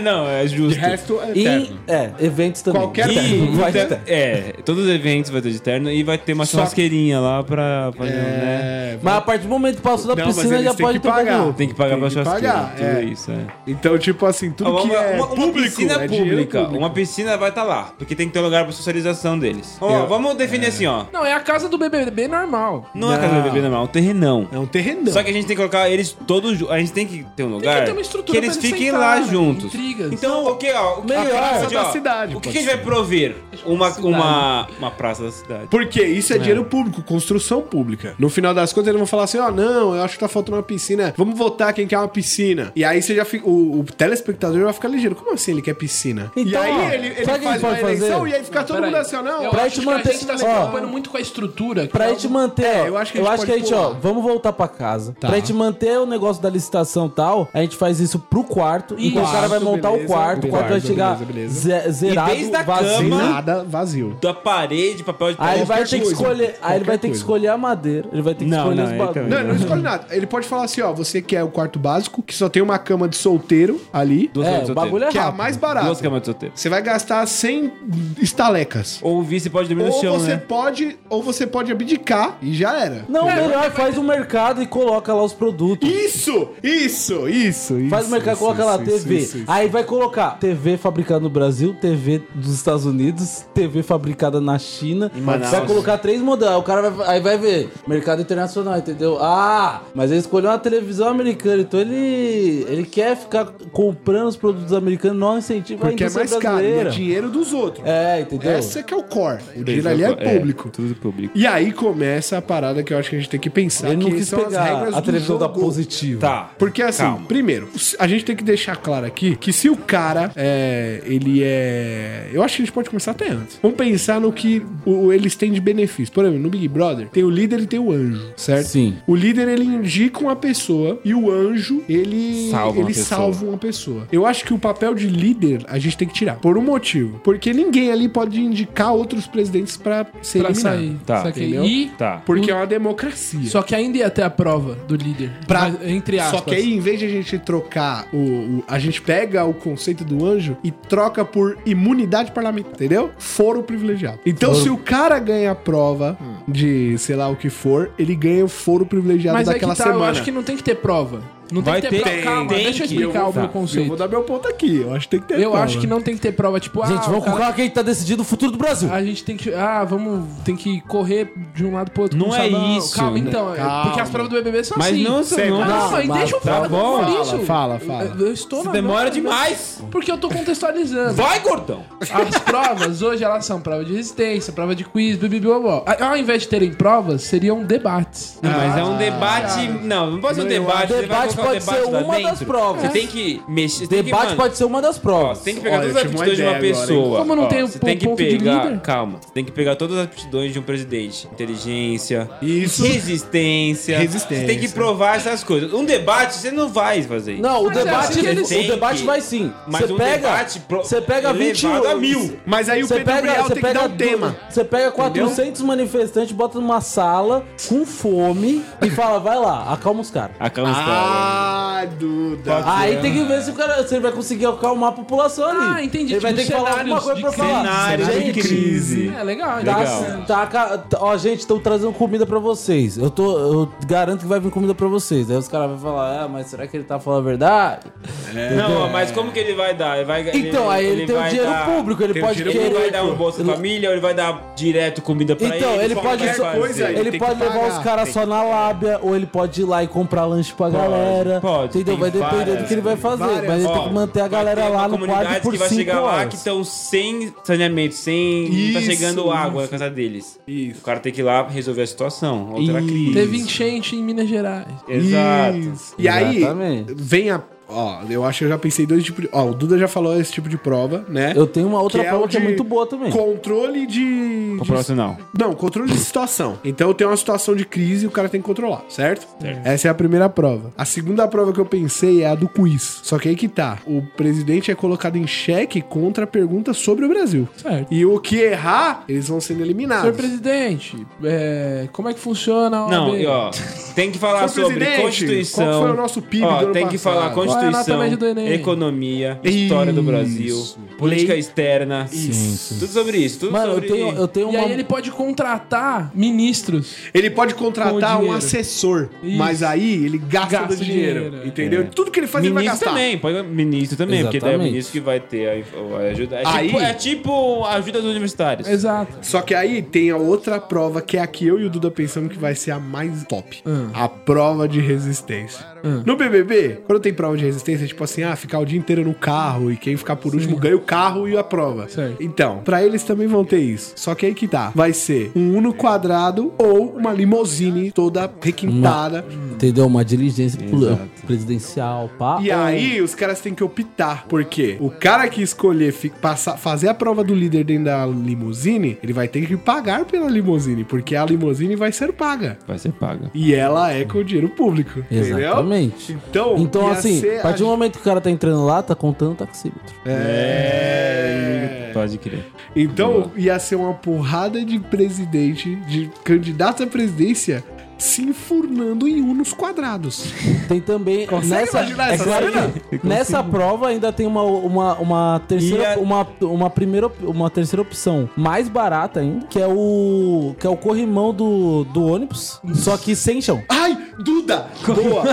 [SPEAKER 3] não, é
[SPEAKER 1] de
[SPEAKER 3] justo.
[SPEAKER 1] resto é
[SPEAKER 2] E,
[SPEAKER 1] terno.
[SPEAKER 2] é, eventos também.
[SPEAKER 1] Qualquer
[SPEAKER 3] E-
[SPEAKER 2] terno. Vai de
[SPEAKER 3] então,
[SPEAKER 2] terno.
[SPEAKER 3] é, todos os eventos vai ter de terno e vai ter uma
[SPEAKER 1] Só-
[SPEAKER 3] churrasqueirinha lá pra fazer, né?
[SPEAKER 1] É,
[SPEAKER 2] Mas a partir do momento que passou da
[SPEAKER 1] Não, mas
[SPEAKER 2] piscina,
[SPEAKER 1] eles
[SPEAKER 2] já
[SPEAKER 1] têm
[SPEAKER 2] pode
[SPEAKER 1] que pagar.
[SPEAKER 2] tocar
[SPEAKER 3] Tem que pagar
[SPEAKER 1] Tem
[SPEAKER 3] pra
[SPEAKER 1] que
[SPEAKER 3] churrasqueira.
[SPEAKER 1] pagar,
[SPEAKER 3] tudo
[SPEAKER 1] é.
[SPEAKER 3] isso, é.
[SPEAKER 1] Então, tipo assim, tudo
[SPEAKER 3] Ah, Uma,
[SPEAKER 1] que é
[SPEAKER 3] uma- uma
[SPEAKER 1] público,
[SPEAKER 3] piscina
[SPEAKER 1] é dinheiro
[SPEAKER 3] pública.
[SPEAKER 1] público.
[SPEAKER 3] Uma piscina vai estar lá. Porque tem que ter um lugar pra socialização deles. Ó,
[SPEAKER 1] Eu-
[SPEAKER 3] vamos definir assim, ó.
[SPEAKER 4] Não, é a casa do BBB normal.
[SPEAKER 3] Não, é casa do bebê normal, é um terrenão.
[SPEAKER 1] É um terrenão.
[SPEAKER 3] Só que a gente tem que colocar eles todos. ju- A gente tem que ter um lugar.
[SPEAKER 4] ter uma estrutura
[SPEAKER 3] eles
[SPEAKER 4] pra eles
[SPEAKER 3] fiquem
[SPEAKER 4] sentarem,
[SPEAKER 3] lá juntos.
[SPEAKER 4] intrigas.
[SPEAKER 3] Então, o que, ó? O que, a
[SPEAKER 2] Melhor.
[SPEAKER 3] praça
[SPEAKER 1] Praça é da
[SPEAKER 3] ó,
[SPEAKER 1] cidade,
[SPEAKER 3] O que,
[SPEAKER 1] pode
[SPEAKER 3] que a gente vai prover? Uma, uma, uma praça da cidade.
[SPEAKER 1] Porque isso é, dinheiro público, construção pública. No final das contas, eles vão falar assim: ó, não, eu acho que tá faltando uma piscina. Vamos votar quem quer uma piscina. E aí você já fica. O, o telespectador vai ficar ligeiro. Como assim ele quer piscina? e
[SPEAKER 2] Então, ó,
[SPEAKER 1] aí ele, ele
[SPEAKER 2] sabe o
[SPEAKER 1] faz
[SPEAKER 2] que a
[SPEAKER 1] uma
[SPEAKER 2] gente pode
[SPEAKER 1] eleição
[SPEAKER 2] fazer?
[SPEAKER 1] e aí fica todo mundo assim, ó, não.
[SPEAKER 4] Eu
[SPEAKER 2] Pra
[SPEAKER 4] acho
[SPEAKER 2] gente
[SPEAKER 4] que a
[SPEAKER 2] manter-
[SPEAKER 4] gente tá se
[SPEAKER 2] ó.
[SPEAKER 4] preocupando muito com a estrutura. que
[SPEAKER 2] Pra
[SPEAKER 4] é
[SPEAKER 2] gente
[SPEAKER 4] algo-
[SPEAKER 2] manter, ó,
[SPEAKER 1] eu acho que a
[SPEAKER 2] eu
[SPEAKER 1] gente
[SPEAKER 2] acho
[SPEAKER 1] pode
[SPEAKER 2] que a
[SPEAKER 1] Tá.
[SPEAKER 2] gente, ó,
[SPEAKER 1] pular.
[SPEAKER 2] vamos voltar pra casa. Pra gente manter o negócio da licitação e tal, a gente faz isso pro quarto. E o
[SPEAKER 4] Isso,
[SPEAKER 2] cara vai montar o
[SPEAKER 1] beleza,
[SPEAKER 2] quarto, o quarto vai
[SPEAKER 1] beleza,
[SPEAKER 2] chegar
[SPEAKER 1] beleza,
[SPEAKER 2] ze- zerado,
[SPEAKER 3] E desde a
[SPEAKER 2] vazio.
[SPEAKER 1] Sem
[SPEAKER 3] cama-
[SPEAKER 1] nada vazio.
[SPEAKER 3] Da parede, papel de
[SPEAKER 2] Aí ele vai
[SPEAKER 1] Qualquer
[SPEAKER 2] ter que
[SPEAKER 1] coisa,
[SPEAKER 2] escolher, aí ele vai
[SPEAKER 1] qualquer
[SPEAKER 2] ter que
[SPEAKER 1] coisa.
[SPEAKER 2] escolher a madeira, ele vai ter que
[SPEAKER 3] Não,
[SPEAKER 2] escolher
[SPEAKER 3] não,
[SPEAKER 2] os
[SPEAKER 3] ele
[SPEAKER 2] bagulhos.
[SPEAKER 3] também
[SPEAKER 1] Não, ele não escolhe nada. Ele pode falar assim: ó, você quer o quarto básico, que só tem uma cama de solteiro ali,
[SPEAKER 3] Duas camas
[SPEAKER 2] É,
[SPEAKER 3] de
[SPEAKER 2] o
[SPEAKER 3] solteiro.
[SPEAKER 2] bagulho é
[SPEAKER 1] que é a
[SPEAKER 2] rápido.
[SPEAKER 1] mais
[SPEAKER 3] Duas
[SPEAKER 1] barata.
[SPEAKER 3] camas de solteiro.
[SPEAKER 1] Você vai gastar 100 estalecas.
[SPEAKER 3] Ou o vice pode dormir
[SPEAKER 1] Ou
[SPEAKER 3] no chão,
[SPEAKER 1] você
[SPEAKER 3] né?
[SPEAKER 1] pode, ou você pode abdicar e já era.
[SPEAKER 2] Não, melhor, faz o mercado e coloca lá os produtos.
[SPEAKER 1] Isso, isso, isso, isso.
[SPEAKER 2] Faz o mercado,
[SPEAKER 1] isso,
[SPEAKER 2] coloca lá
[SPEAKER 1] isso,
[SPEAKER 2] TV.
[SPEAKER 1] isso, isso.
[SPEAKER 2] Aí vai colocar TV fabricada no Brasil, TV dos Estados Unidos, TV fabricada na China.
[SPEAKER 3] Manaus.
[SPEAKER 2] Vai colocar três modelos. O cara vai, aí vai ver mercado internacional, entendeu? Ah, mas ele escolheu uma televisão americana, então ele ele quer ficar comprando os produtos americanos, não incentiva
[SPEAKER 1] Porque
[SPEAKER 2] a
[SPEAKER 1] é
[SPEAKER 2] indústria
[SPEAKER 1] mais caro, e é
[SPEAKER 2] brasileira.
[SPEAKER 1] dinheiro dos outros.
[SPEAKER 2] é, entendeu?
[SPEAKER 1] Essa que é o core. O dinheiro ali é público.
[SPEAKER 3] Tudo público.
[SPEAKER 1] E aí começa a parada que eu acho que a gente tem que pensar.
[SPEAKER 2] Ele não
[SPEAKER 1] que assim,
[SPEAKER 2] quis
[SPEAKER 1] são as
[SPEAKER 2] pegar
[SPEAKER 1] regras
[SPEAKER 2] a
[SPEAKER 1] do
[SPEAKER 2] televisão da
[SPEAKER 1] jogo.
[SPEAKER 2] positiva.
[SPEAKER 3] Tá.
[SPEAKER 1] Porque assim,
[SPEAKER 3] Calma.
[SPEAKER 1] primeiro, a gente tem que deixar claro aqui que se o cara é. Ele é. Eu acho que a gente pode começar até antes. Vamos pensar no que o, eles têm de benefício. Por exemplo, no Big Brother, tem o líder e tem o anjo, certo?
[SPEAKER 7] Sim.
[SPEAKER 1] O líder ele indica uma pessoa e o anjo ele
[SPEAKER 3] Salva uma
[SPEAKER 1] ele
[SPEAKER 3] pessoa.
[SPEAKER 1] salva uma pessoa. Eu acho que o papel de líder a gente tem que tirar por um motivo, porque ninguém ali pode indicar outros presidentes pra ser
[SPEAKER 4] Pra
[SPEAKER 1] eliminado.
[SPEAKER 4] sair.
[SPEAKER 3] Tá,
[SPEAKER 4] saquei.
[SPEAKER 1] entendeu?
[SPEAKER 4] E.
[SPEAKER 3] Tá.
[SPEAKER 1] Porque é uma democracia.
[SPEAKER 4] Só que ainda ia até a prova do líder.
[SPEAKER 1] Pra-
[SPEAKER 4] Mas, entre aspas.
[SPEAKER 1] Só que aí, em vez de a gente trocar o, o- A gente pega o conceito do anjo e troca por imunidade parlamentar, entendeu? Foro privilegiado. Então, se o cara ganha a prova de sei lá o que for, ele ganha o foro privilegiado
[SPEAKER 4] Mas é que
[SPEAKER 1] daquela
[SPEAKER 4] tá, eu
[SPEAKER 1] semana.
[SPEAKER 4] acho que não tem que ter prova. Não tem
[SPEAKER 3] Vai
[SPEAKER 4] que
[SPEAKER 3] ter-
[SPEAKER 4] ter, prova.
[SPEAKER 3] tem,
[SPEAKER 4] Calma,
[SPEAKER 3] tem
[SPEAKER 4] deixa eu
[SPEAKER 3] que- Tá.
[SPEAKER 4] explicar
[SPEAKER 3] eu
[SPEAKER 4] o meu
[SPEAKER 3] vou-
[SPEAKER 1] Eu
[SPEAKER 4] é conceito.
[SPEAKER 1] vou
[SPEAKER 4] Eu,
[SPEAKER 1] dar meu ponto aqui. Eu acho que tem que ter. prova.
[SPEAKER 4] acho que não tem que ter prova, tipo,
[SPEAKER 2] Gente,
[SPEAKER 4] ah, o
[SPEAKER 2] vamos
[SPEAKER 4] cara-
[SPEAKER 2] colocar quem tá decidido o futuro do Brasil.
[SPEAKER 4] a gente tem que. Ah, vamos. Tem que correr de um lado pro outro.
[SPEAKER 3] Não
[SPEAKER 4] com o
[SPEAKER 3] é
[SPEAKER 4] sabão.
[SPEAKER 3] isso,
[SPEAKER 4] Calma,
[SPEAKER 3] né?
[SPEAKER 4] então. é-
[SPEAKER 1] Calma.
[SPEAKER 4] Porque as provas do BBB são
[SPEAKER 3] Mas
[SPEAKER 4] assim.
[SPEAKER 3] não são-
[SPEAKER 1] Sei,
[SPEAKER 3] não.
[SPEAKER 1] mas-
[SPEAKER 4] Não,
[SPEAKER 1] Calma,
[SPEAKER 4] mas deixa eu
[SPEAKER 3] tá
[SPEAKER 4] falar
[SPEAKER 3] bom.
[SPEAKER 4] fala,
[SPEAKER 1] Fala, fala, fala.
[SPEAKER 4] Eu, eu estou
[SPEAKER 3] Isso
[SPEAKER 4] na-
[SPEAKER 3] demora
[SPEAKER 4] na-
[SPEAKER 3] demais.
[SPEAKER 4] Porque eu tô contextualizando.
[SPEAKER 3] Vai, gordão!
[SPEAKER 4] As provas hoje elas são prova de resistência, prova de quiz, bibibobó. Ao invés de terem provas, seriam debates.
[SPEAKER 3] Não, mas é um debate. Não, não pode ser um debate. você vai
[SPEAKER 2] Debate
[SPEAKER 3] colocar o
[SPEAKER 2] pode ser
[SPEAKER 3] lá
[SPEAKER 2] uma das provas.
[SPEAKER 3] Você tem que mexer. Tem que,
[SPEAKER 2] Debate
[SPEAKER 3] mano,
[SPEAKER 2] pode ser uma das provas.
[SPEAKER 3] Você tem que pegar
[SPEAKER 1] Olha,
[SPEAKER 3] todas as
[SPEAKER 1] eu tive uma
[SPEAKER 3] aptidões de
[SPEAKER 1] ideia
[SPEAKER 3] uma
[SPEAKER 1] agora, hein?
[SPEAKER 3] pessoa.
[SPEAKER 4] Como não
[SPEAKER 3] Ó,
[SPEAKER 4] tem o
[SPEAKER 3] você tem
[SPEAKER 4] po-
[SPEAKER 3] que
[SPEAKER 4] ponto de
[SPEAKER 3] pegar.
[SPEAKER 4] líder?
[SPEAKER 3] calma. Você tem que pegar todas as aptidões de um presidente: inteligência,
[SPEAKER 1] Isso.
[SPEAKER 3] resistência.
[SPEAKER 1] Resistência.
[SPEAKER 3] Você tem que provar essas coisas. Um debate você não vai fazer isso.
[SPEAKER 2] Não, o
[SPEAKER 4] Mas é
[SPEAKER 2] debate,
[SPEAKER 4] assim que eles-
[SPEAKER 2] o debate vai sim.
[SPEAKER 3] Mas
[SPEAKER 2] Você
[SPEAKER 3] um
[SPEAKER 2] pega,
[SPEAKER 3] debate pro-
[SPEAKER 2] você pega um- 20
[SPEAKER 3] elevado a mil.
[SPEAKER 1] Mas aí o
[SPEAKER 2] Você
[SPEAKER 1] Pedro Bial tem que dar um
[SPEAKER 2] du-
[SPEAKER 1] tema.
[SPEAKER 2] Você pega 400 manifestantes, bota numa sala com fome e fala, vai lá, acalma os caras.
[SPEAKER 3] Acalma
[SPEAKER 1] Ah, Duda.
[SPEAKER 2] Aí tem que ver se o cara se ele vai conseguir acalmar a população ali.
[SPEAKER 4] Ah, entendi,
[SPEAKER 2] Ele vai
[SPEAKER 4] tipo,
[SPEAKER 2] ter que falar alguma
[SPEAKER 4] cenários
[SPEAKER 2] coisa
[SPEAKER 4] de
[SPEAKER 2] pra falar.
[SPEAKER 1] Ah,
[SPEAKER 3] Cenário de
[SPEAKER 2] Gente,
[SPEAKER 3] crise.
[SPEAKER 4] É legal,
[SPEAKER 2] Tá,
[SPEAKER 3] Legal.
[SPEAKER 4] então.
[SPEAKER 2] tá ca- tá- ó, gente, estão trazendo comida pra vocês. Eu, tô, eu garanto que vai vir comida pra vocês. Aí os caras vão falar, ah, mas será que ele tá falando a verdade?
[SPEAKER 3] Não, mas como que ele vai dar? Ele vai,
[SPEAKER 2] Então, aí ele tem o
[SPEAKER 3] vai
[SPEAKER 2] dinheiro público, ele
[SPEAKER 3] tem o
[SPEAKER 2] pode
[SPEAKER 3] dinheiro público,
[SPEAKER 2] querer-
[SPEAKER 3] Ele vai dar um Bolsa
[SPEAKER 2] Ele-
[SPEAKER 3] Família ou ele vai dar direto comida pra
[SPEAKER 2] Então,
[SPEAKER 3] ele?
[SPEAKER 2] ele
[SPEAKER 3] Como que
[SPEAKER 2] pode
[SPEAKER 3] vai
[SPEAKER 2] só-
[SPEAKER 3] fazer?
[SPEAKER 1] Ele
[SPEAKER 2] Ele
[SPEAKER 1] tem
[SPEAKER 2] pode
[SPEAKER 1] que
[SPEAKER 2] levar
[SPEAKER 1] pagar,
[SPEAKER 2] os caras
[SPEAKER 1] tem
[SPEAKER 2] só na lábia, ou ele pode ir lá e comprar lanche pra galera.
[SPEAKER 3] pode,
[SPEAKER 2] Entendeu?
[SPEAKER 3] tem
[SPEAKER 2] Vai depender
[SPEAKER 3] várias,
[SPEAKER 2] do que ele vai fazer. Mas ele
[SPEAKER 3] Ó,
[SPEAKER 2] tem que manter a
[SPEAKER 3] vai
[SPEAKER 2] galera
[SPEAKER 3] ter uma
[SPEAKER 2] lá no
[SPEAKER 3] comunidade
[SPEAKER 2] quadro por
[SPEAKER 3] que vai
[SPEAKER 2] 5
[SPEAKER 3] chegar lá
[SPEAKER 2] horas.
[SPEAKER 3] que estão sem saneamento, sem. não tá
[SPEAKER 1] Isso,
[SPEAKER 3] chegando água na casa deles.
[SPEAKER 1] Isso.
[SPEAKER 3] O cara tem que ir lá resolver a situação, alterar a crise.
[SPEAKER 4] Teve enchente em Minas Gerais.
[SPEAKER 3] Exato.
[SPEAKER 1] Isso. E aí,
[SPEAKER 2] Exatamente.
[SPEAKER 1] vem a. Ó, eu acho que eu já pensei em dois tipos de. Ó, o Duda já falou esse tipo de prova, né?
[SPEAKER 2] Eu tenho uma outra prova
[SPEAKER 1] o
[SPEAKER 2] que é
[SPEAKER 1] de
[SPEAKER 2] muito boa também.
[SPEAKER 1] Controle de. de-
[SPEAKER 3] Proporcional.
[SPEAKER 1] Não, controle de situação. Então tem uma situação de crise e o cara tem que controlar, certo? Essa é a primeira prova. A segunda prova que eu pensei é a do quiz. Só que aí que tá. O presidente é colocado em xeque contra perguntas sobre o Brasil.
[SPEAKER 4] Certo.
[SPEAKER 1] E o que errar, eles vão sendo
[SPEAKER 4] Senhor
[SPEAKER 1] eliminados.
[SPEAKER 4] presidente, é, como é que funciona a OAB?
[SPEAKER 3] Não, e ó, tem que falar
[SPEAKER 1] Senhor
[SPEAKER 3] sobre
[SPEAKER 1] presidente,
[SPEAKER 3] Constituição.
[SPEAKER 1] qual foi o nosso PIB
[SPEAKER 3] ó,
[SPEAKER 1] do ano
[SPEAKER 3] Tem que
[SPEAKER 1] passado?
[SPEAKER 3] falar
[SPEAKER 1] Qual
[SPEAKER 4] é a nota
[SPEAKER 3] Constituição,
[SPEAKER 4] média do Enem?
[SPEAKER 3] economia, história do Brasil,
[SPEAKER 1] Isso.
[SPEAKER 3] política
[SPEAKER 1] Lei.
[SPEAKER 3] externa. Tudo sobre isso. Tudo
[SPEAKER 2] Mano, eu
[SPEAKER 3] sobre
[SPEAKER 2] tenho, eu tenho
[SPEAKER 4] E
[SPEAKER 2] uma.
[SPEAKER 4] aí ele pode contratar ministros.
[SPEAKER 1] Ele pode
[SPEAKER 4] Com o
[SPEAKER 1] contratar
[SPEAKER 4] dinheiro.
[SPEAKER 1] um assessor,
[SPEAKER 4] Isso.
[SPEAKER 1] mas aí ele gasta,
[SPEAKER 4] Gasta
[SPEAKER 1] do dinheiro,
[SPEAKER 4] dinheiro, É.
[SPEAKER 1] entendeu? Tudo que ele faz, ele vai
[SPEAKER 3] Ministro
[SPEAKER 1] gastar.
[SPEAKER 3] também, pode, ministro também, porque daí é o
[SPEAKER 2] Exatamente.
[SPEAKER 3] ministro que vai ter a, inf- a ajuda. É
[SPEAKER 1] Aí-
[SPEAKER 3] tipo, é tipo a ajuda dos universitários.
[SPEAKER 4] Exato.
[SPEAKER 1] Só que aí tem a outra prova que é a que eu e o Duda pensamos que vai ser a mais top. A prova de resistência. No BBB, quando tem prova de resistência, é tipo assim, ah, ficar o dia inteiro no carro e quem ficar por último ganha o carro e a prova.
[SPEAKER 4] Certo.
[SPEAKER 1] Então, pra eles também vão ter isso. Só que aí que tá. Vai ser um Uno quadrado ou uma limousine toda requintada.
[SPEAKER 2] Entendeu? Uma diligência presidencial, pá.
[SPEAKER 1] E aí os caras têm que optar, porque o cara que escolher fi- passar, fazer a prova do líder dentro da limusine, ele vai ter que pagar pela limusine, porque a limusine vai ser paga.
[SPEAKER 3] Vai ser paga.
[SPEAKER 1] E ela é com o dinheiro público, entendeu?
[SPEAKER 2] Exatamente.
[SPEAKER 1] Então,
[SPEAKER 2] Então,
[SPEAKER 1] ia
[SPEAKER 2] assim,
[SPEAKER 1] ser
[SPEAKER 2] a partir do
[SPEAKER 1] a-
[SPEAKER 2] momento que o cara tá entrando lá, tá contando o taxímetro.
[SPEAKER 1] É.
[SPEAKER 3] Pode crer.
[SPEAKER 1] Então, ia ser uma porrada de presidente, de candidato à presidência, se enfurnando em unos quadrados.
[SPEAKER 2] Tem também. é
[SPEAKER 1] Consegue imaginar essa
[SPEAKER 2] claro
[SPEAKER 1] cena?
[SPEAKER 2] que Nessa prova ainda tem uma, uma, uma terceira.
[SPEAKER 3] E a-
[SPEAKER 2] Uma, uma, primeira, op- uma terceira opção mais barata ainda, que é o. que é o corrimão do, do ônibus. Só que sem chão.
[SPEAKER 1] Ai, Duda! Boa!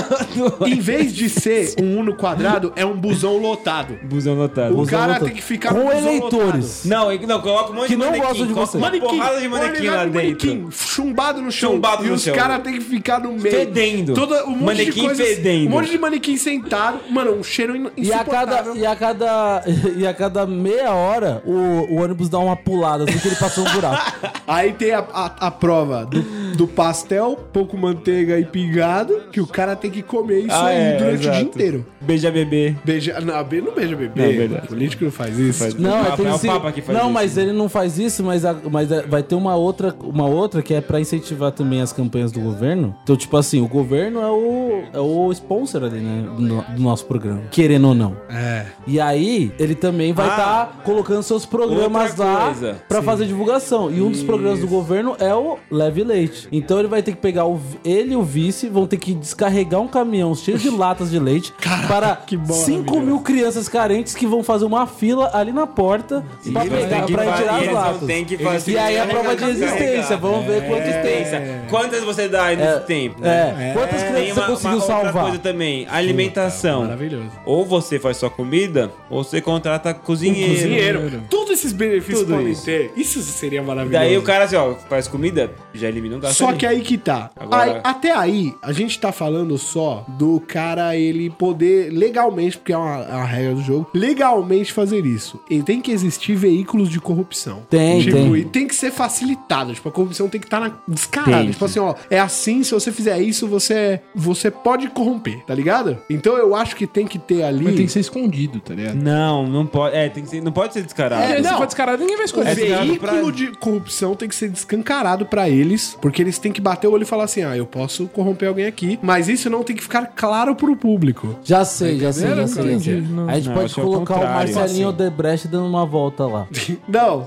[SPEAKER 1] em vez de ser um uno quadrado, é um busão lotado.
[SPEAKER 3] Busão lotado.
[SPEAKER 1] O
[SPEAKER 2] Busão
[SPEAKER 1] cara
[SPEAKER 2] lotado.
[SPEAKER 1] tem que ficar
[SPEAKER 2] Com
[SPEAKER 1] no busão
[SPEAKER 2] eleitores.
[SPEAKER 3] Não, e- não, coloca um monte
[SPEAKER 2] Que
[SPEAKER 3] de
[SPEAKER 2] não
[SPEAKER 3] manequim.
[SPEAKER 2] gostam de
[SPEAKER 3] coloca
[SPEAKER 2] você.
[SPEAKER 3] uma
[SPEAKER 1] Manequim,
[SPEAKER 3] porrada de manequim lá
[SPEAKER 1] olha, é um
[SPEAKER 3] dentro.
[SPEAKER 1] manequim, chumbado no chão.
[SPEAKER 3] Chumbado
[SPEAKER 1] e
[SPEAKER 3] no
[SPEAKER 1] os
[SPEAKER 3] chão.
[SPEAKER 1] caras têm que ficar no meio.
[SPEAKER 3] Fedendo.
[SPEAKER 1] Todo, um monte de
[SPEAKER 3] Manequim
[SPEAKER 1] coisa,
[SPEAKER 3] fedendo.
[SPEAKER 1] Um monte de manequim sentado. Mano, um cheiro in-
[SPEAKER 2] E a,
[SPEAKER 1] insuportável.
[SPEAKER 2] cada, e, a cada, e a cada meia hora, o, o ônibus dá uma pulada, assim que ele passou um buraco.
[SPEAKER 1] Aí tem a, a, a prova do do pastel, pouco manteiga e pingado, que o cara tem que comer isso
[SPEAKER 3] Ah,
[SPEAKER 1] aí
[SPEAKER 3] é,
[SPEAKER 1] durante o
[SPEAKER 3] exato.
[SPEAKER 1] dia inteiro.
[SPEAKER 3] Beija bebê.
[SPEAKER 1] Beija, não, be- não beija bebê.
[SPEAKER 3] Não, é verdade.
[SPEAKER 1] Político não faz isso.
[SPEAKER 2] Não,
[SPEAKER 3] Rafael
[SPEAKER 2] é, tem esse-
[SPEAKER 3] Papa que faz
[SPEAKER 2] não
[SPEAKER 3] isso,
[SPEAKER 2] mas
[SPEAKER 3] né?
[SPEAKER 2] ele não faz isso, mas, a- mas a- vai ter uma outra, uma outra que é pra incentivar também as campanhas do governo. Então, tipo assim, o governo é o, é o sponsor ali, né, do, no- do nosso programa, querendo ou não.
[SPEAKER 1] É.
[SPEAKER 2] E aí, ele também vai
[SPEAKER 3] Ah,
[SPEAKER 2] estar colocando seus programas
[SPEAKER 3] outra
[SPEAKER 2] lá
[SPEAKER 3] coisa.
[SPEAKER 2] pra fazer divulgação. E um dos programas do governo é o Leve Leite. Então ele vai ter que pegar o, vi- ele e o vice vão ter que descarregar um caminhão cheio de latas de leite
[SPEAKER 1] que
[SPEAKER 2] para
[SPEAKER 1] maravilhoso.
[SPEAKER 2] 5 mil crianças carentes que vão fazer uma fila ali na porta pra
[SPEAKER 3] Eles
[SPEAKER 2] pegar,
[SPEAKER 3] têm que
[SPEAKER 2] pra
[SPEAKER 3] fa-
[SPEAKER 2] retirar as
[SPEAKER 3] eles não
[SPEAKER 2] latas.
[SPEAKER 3] têm que fazer.
[SPEAKER 2] E aí é a prova de
[SPEAKER 3] Carregar,
[SPEAKER 2] resistência. Vamos ver
[SPEAKER 3] carregar.
[SPEAKER 2] quantos tem.
[SPEAKER 1] É.
[SPEAKER 3] Resistência. Quantas você dá nesse tempo?
[SPEAKER 2] É, quantas
[SPEAKER 3] Tem
[SPEAKER 2] crianças
[SPEAKER 3] uma,
[SPEAKER 2] você conseguiu
[SPEAKER 3] uma outra
[SPEAKER 2] salvar? é,
[SPEAKER 3] coisa também, alimentação.
[SPEAKER 1] Maravilhoso.
[SPEAKER 3] Ou você faz sua comida, ou você contrata cozinheiro.
[SPEAKER 1] Dinheiro. Todos esses benefícios
[SPEAKER 3] Tudo
[SPEAKER 1] podem
[SPEAKER 3] isso.
[SPEAKER 1] ter. Isso seria maravilhoso.
[SPEAKER 3] Daí o cara assim, ó, faz comida, já elimina um gasto.
[SPEAKER 1] Só
[SPEAKER 3] ali.
[SPEAKER 1] que aí que tá.
[SPEAKER 3] Agora-
[SPEAKER 1] Aí- até aí, a gente tá falando só do cara ele poder legalmente, porque é uma, é uma regra do jogo, legalmente fazer isso. E tem que existir veículos de corrupção.
[SPEAKER 2] Tem,
[SPEAKER 1] tipo,
[SPEAKER 2] tem.
[SPEAKER 1] E tem que ser facilitado. Tipo, a corrupção tem que estar tá na descarada. tipo assim, ó, é assim, se você fizer isso, você, você pode corromper, tá ligado? Então eu acho que tem que ter ali.
[SPEAKER 4] Mas tem que ser escondido, tá ligado?
[SPEAKER 3] Não, não pode. É, tem que ser, não pode ser descarado.
[SPEAKER 1] É,
[SPEAKER 4] Se
[SPEAKER 1] não.
[SPEAKER 4] for descarado, ninguém vai
[SPEAKER 1] O
[SPEAKER 4] escolher.
[SPEAKER 3] É
[SPEAKER 1] veículo
[SPEAKER 3] descarado pra-
[SPEAKER 1] de corrupção tem que ser descancarado pra eles, porque eles têm que bater o olho e falar assim: ah, eu posso corromper alguém aqui, mas isso não tem que ficar claro pro público.
[SPEAKER 2] Já sei, já sei, já sei.
[SPEAKER 4] Entendi, não.
[SPEAKER 2] A gente
[SPEAKER 3] Não,
[SPEAKER 2] pode
[SPEAKER 3] acho ao
[SPEAKER 2] colocar o
[SPEAKER 3] contrário.
[SPEAKER 2] Marcelinho Odebrecht dando uma volta lá.
[SPEAKER 1] Não.